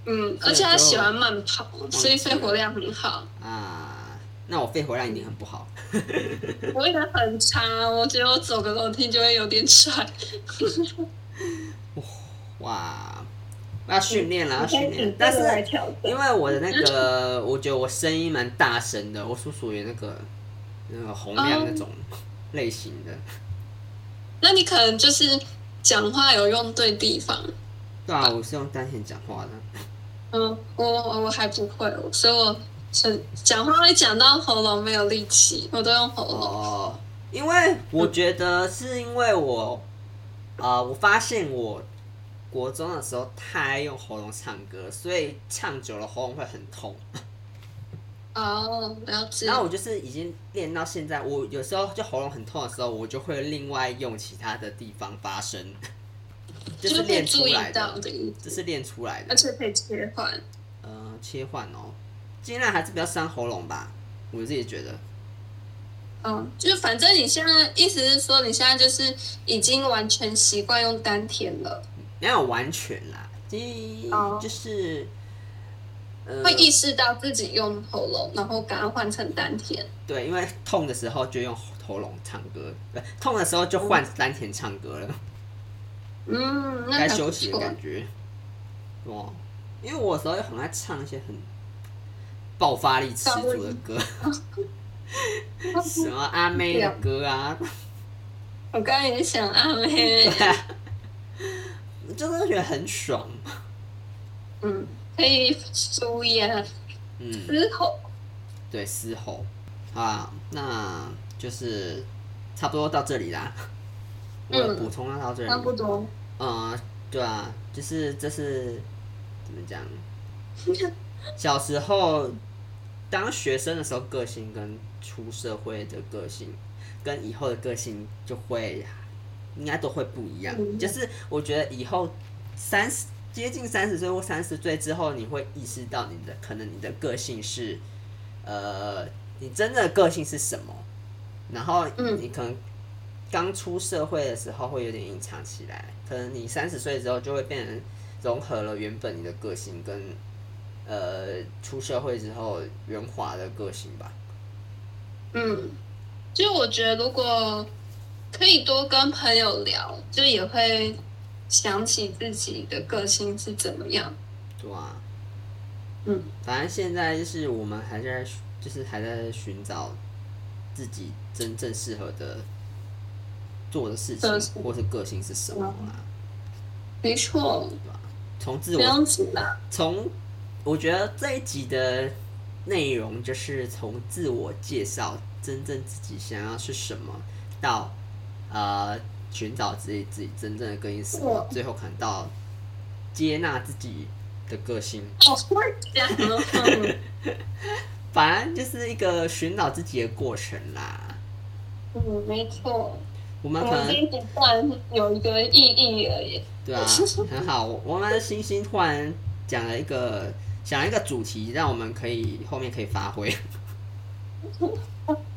[SPEAKER 2] 嗯，
[SPEAKER 1] 所以
[SPEAKER 2] 而且他
[SPEAKER 1] 就
[SPEAKER 2] 喜欢慢跑，所以肺活量很好。
[SPEAKER 1] 啊，那我肺活量一定很不好。
[SPEAKER 2] 我也很差，我觉得我走个楼梯就会有点喘。
[SPEAKER 1] 哇，我要训练了，要
[SPEAKER 2] 你可以
[SPEAKER 1] 训练
[SPEAKER 2] 以。
[SPEAKER 1] 但
[SPEAKER 2] 这个来
[SPEAKER 1] 是
[SPEAKER 2] 调
[SPEAKER 1] 因为我的那个，我觉得我声音蛮大声的，我是属于那个那个洪亮那种类型的，
[SPEAKER 2] 那你可能就是讲话有用对地方。
[SPEAKER 1] 对啊，我是用单线讲话的。
[SPEAKER 2] 嗯，我我我还不会，所以我很讲话会讲到喉咙没有力气，我都用喉咙。
[SPEAKER 1] 哦，因为我觉得是因为我，啊，我发现我国中的时候太爱用喉咙唱歌，所以唱久了喉咙会很痛。
[SPEAKER 2] 哦，了解
[SPEAKER 1] 然。后我就是已经练到现在，我有时候就喉咙很痛的时候，我就会另外用其他的地方发声， (laughs) 就是
[SPEAKER 2] 可以
[SPEAKER 1] 练出
[SPEAKER 2] 注意
[SPEAKER 1] 来
[SPEAKER 2] 到
[SPEAKER 1] 的，
[SPEAKER 2] 的意
[SPEAKER 1] 这
[SPEAKER 2] 思，
[SPEAKER 1] 是练出来
[SPEAKER 2] 而
[SPEAKER 1] 的。
[SPEAKER 2] 且可以切换。
[SPEAKER 1] 呃，切换哦，尽量还是不要伤喉咙吧，我自己觉得。
[SPEAKER 2] 嗯，就是反正你现在意思是说你现在就是已经完全习惯用丹田了，
[SPEAKER 1] 没有完全啦，第一
[SPEAKER 2] 哦
[SPEAKER 1] 就是，呃，
[SPEAKER 2] 会意识到自己用喉咙，然后赶快换成丹田。
[SPEAKER 1] 对，因为痛的时候就用喉咙唱歌，对，痛的时候就换丹田唱歌了，
[SPEAKER 2] 嗯，那
[SPEAKER 1] 该
[SPEAKER 2] 还不
[SPEAKER 1] 休息的
[SPEAKER 2] 错。
[SPEAKER 1] 感觉。哇，因为我有时候也很爱唱一些很爆发力十足的
[SPEAKER 2] (laughs)
[SPEAKER 1] 歌，什么阿妹的歌啊，
[SPEAKER 2] 我刚刚也想啊阿
[SPEAKER 1] (laughs)
[SPEAKER 2] 妹，
[SPEAKER 1] 就是觉得很爽。
[SPEAKER 2] 嗯，可以舒压，
[SPEAKER 1] 嗯，
[SPEAKER 2] 之后
[SPEAKER 1] 对，嘶吼啊，那就是差不多到这里啦。我
[SPEAKER 2] 嗯
[SPEAKER 1] 有补充啊到这里，
[SPEAKER 2] 差不多。
[SPEAKER 1] 呃，对啊，就是这是怎么讲？小时候当学生的时候，个性跟出社会的个性，跟以后的个性就会应该都会不一样。
[SPEAKER 2] 嗯
[SPEAKER 1] 就是我觉得以后三十接近三十岁或三十岁之后，你会意识到你的可能你的个性是呃，你真正的个性是什么？然后
[SPEAKER 2] 嗯
[SPEAKER 1] 你可能刚出社会的时候会有点隐藏起来，可能你三十岁之后就会变成融合了原本你的个性跟呃出社会之后圆滑的个性吧。
[SPEAKER 2] 嗯，就我觉得如果可以多跟朋友聊，就也会想起自己的个性是怎么样。
[SPEAKER 1] 对啊，
[SPEAKER 2] 嗯，
[SPEAKER 1] 反正现在就是我们还在寻就是还在寻找自己真正适合的做的事情
[SPEAKER 2] 个性
[SPEAKER 1] 或是个性是什么啦，
[SPEAKER 2] 没错，
[SPEAKER 1] 对吧？从自
[SPEAKER 2] 嗯不
[SPEAKER 1] 我
[SPEAKER 2] 用紧
[SPEAKER 1] (laughs)
[SPEAKER 2] 啦。
[SPEAKER 1] 从我觉得这一集的内容就是从自我介绍，真正自己想要是什么，到呃寻找自己自己真正的个性是什么，
[SPEAKER 2] 我
[SPEAKER 1] 最后可能到接纳自己的个性，
[SPEAKER 2] 哦，会讲哦。
[SPEAKER 1] 反正就是一个寻找自己的过程啦。
[SPEAKER 2] 嗯，没错。
[SPEAKER 1] 我
[SPEAKER 2] 我
[SPEAKER 1] 们可
[SPEAKER 2] 们这
[SPEAKER 1] 能
[SPEAKER 2] 一集突然有一个意义而已。
[SPEAKER 1] 对啊，很好。我我们星星突然讲了一个讲了一个主题，让我们可以后面可以发挥，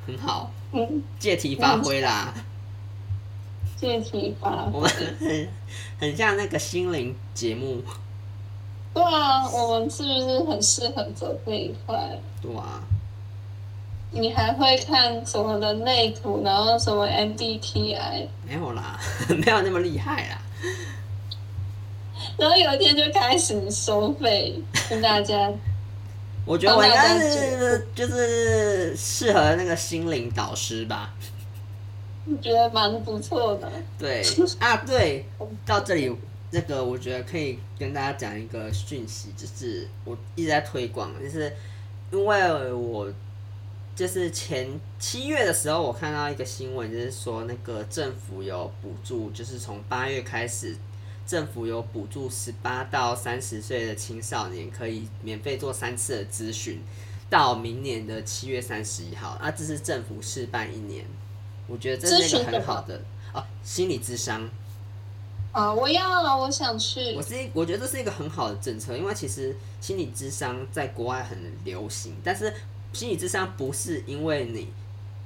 [SPEAKER 1] 很好。
[SPEAKER 2] 嗯，
[SPEAKER 1] 借题发挥啦。
[SPEAKER 2] 借题吧。
[SPEAKER 1] 我们很很像那个心灵节目，
[SPEAKER 2] 对啊，我们是不是很适合走这一块？
[SPEAKER 1] 对啊，
[SPEAKER 2] 你还会看什么的内图，然后什么 MBTI？
[SPEAKER 1] 没有啦， (laughs) 没有那么厉害啦。
[SPEAKER 2] 然后有一天就开始收费，跟大家
[SPEAKER 1] 我觉得我应该
[SPEAKER 2] 帮大
[SPEAKER 1] 是就是适合那个心灵导师吧。
[SPEAKER 2] 觉得蛮不错的。
[SPEAKER 1] 对啊，对，到这里这个我觉得可以跟大家讲一个讯息，就是我一直在推广，就是因为我就是前七月的时候，我看到一个新闻，就是说那个政府有补助，就是从八月开始，政府有补助十八到三十岁的青少年可以免费做三次的咨询，到明年的七月三十一号，啊，这是政府试办一年，我觉得这是一个很好的哦，心理智商。
[SPEAKER 2] 啊、哦，我要，我想去。
[SPEAKER 1] 我是我觉得这是一个很好的政策，因为其实心理智商在国外很流行，但是心理智商不是因为你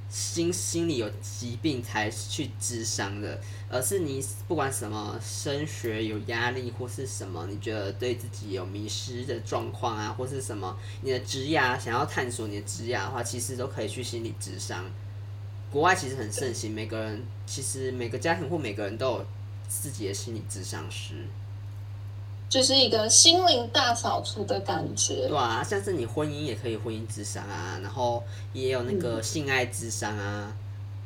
[SPEAKER 1] 心心理有疾病才去智商的，而是你不管什么升学有压力或是什么，你觉得对自己有迷失的状况啊，或是什么你的职业想要探索你的职业的话，其实都可以去心理智商。国外其实很盛行，每个人其实每个家庭或每个人都有。自己的心理智商师，
[SPEAKER 2] 就是一个心灵大扫除的感觉。
[SPEAKER 1] 对啊，像是你婚姻也可以婚姻智商啊，然后也有那个性爱智商啊，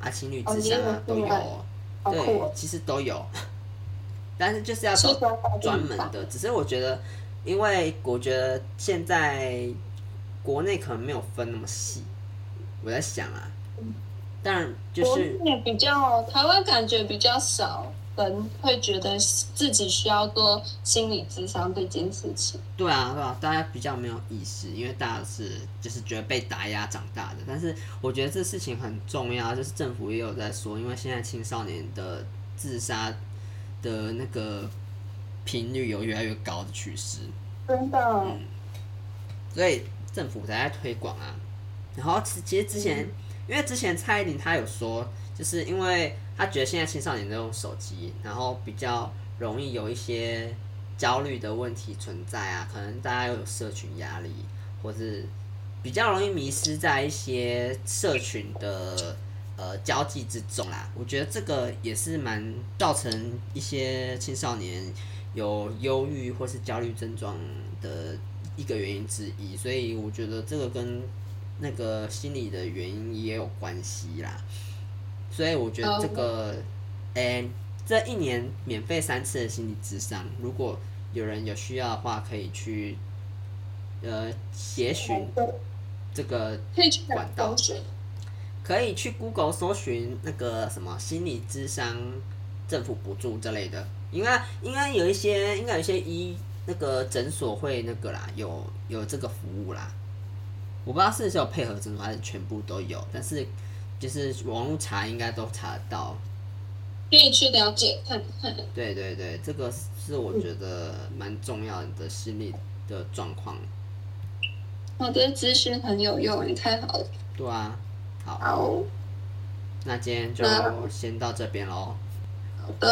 [SPEAKER 1] 嗯、啊情侣智商嗯啊、哦、都有，
[SPEAKER 2] 哦、
[SPEAKER 1] 对，其实都有。 (laughs) 但是就是要找专门的，只是我觉得，因为我觉得现在国内可能没有分那么细，我在想啊，当然就是
[SPEAKER 2] 比较台湾感觉比较少。人会觉得自己需要做心理智商这件事情。
[SPEAKER 1] 对啊，对啊，大家比较没有意识，因为大家是就是觉得被打压长大的。但是我觉得这事情很重要，就是政府也有在说，因为现在青少年的自杀的那个频率有越来越高的趋势。
[SPEAKER 2] 真的。嗯。
[SPEAKER 1] 所以政府才在推广啊。然后其实之前，嗯、因为之前蔡依林她有说，就是因为。他觉得现在青少年都用手机，然后比较容易有一些焦虑的问题存在啊，可能大家有社群压力，或是比较容易迷失在一些社群的呃交际之中啦。我觉得这个也是蛮造成一些青少年有忧郁或是焦虑症状的一个原因之一，所以我觉得这个跟那个心理的原因也有关系啦。所以我觉得这个，诶、欸，这一年免费三次的心理智商，如果有人有需要的话，可以去，呃，协寻这个管道，可以去 Google 搜寻那个什么心理智商政府补助之类的，应该应该有一些，应该有一些医那个诊所会那个啦，有有这个服务啦，我不知道是有配合诊所还是全部都有，但是。就是网络查应该都查得到，
[SPEAKER 2] 可以去了解看看。
[SPEAKER 1] 对对对，这个是我觉得蛮重要的心理的状况。
[SPEAKER 2] 我觉得资讯很有用，你太好了。
[SPEAKER 1] 对啊，好。
[SPEAKER 2] 好。
[SPEAKER 1] 那今天就先到这边喽。
[SPEAKER 2] 好的。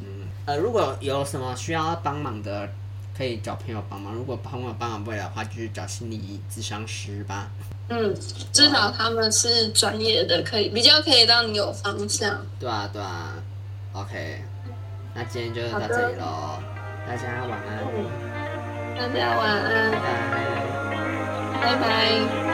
[SPEAKER 1] 嗯，呃，如果有什么需要帮忙的，可以找朋友帮忙；如果朋友帮忙不了的话，就去找心理咨商师吧。
[SPEAKER 2] 嗯，至少他们是专业的，可以比较可以让你有方向。
[SPEAKER 1] 对啊，对啊，OK，那今天就到这里喽，大
[SPEAKER 2] 嗯
[SPEAKER 1] 家晚安。
[SPEAKER 2] 大家晚安，
[SPEAKER 1] 拜拜，
[SPEAKER 2] 拜拜。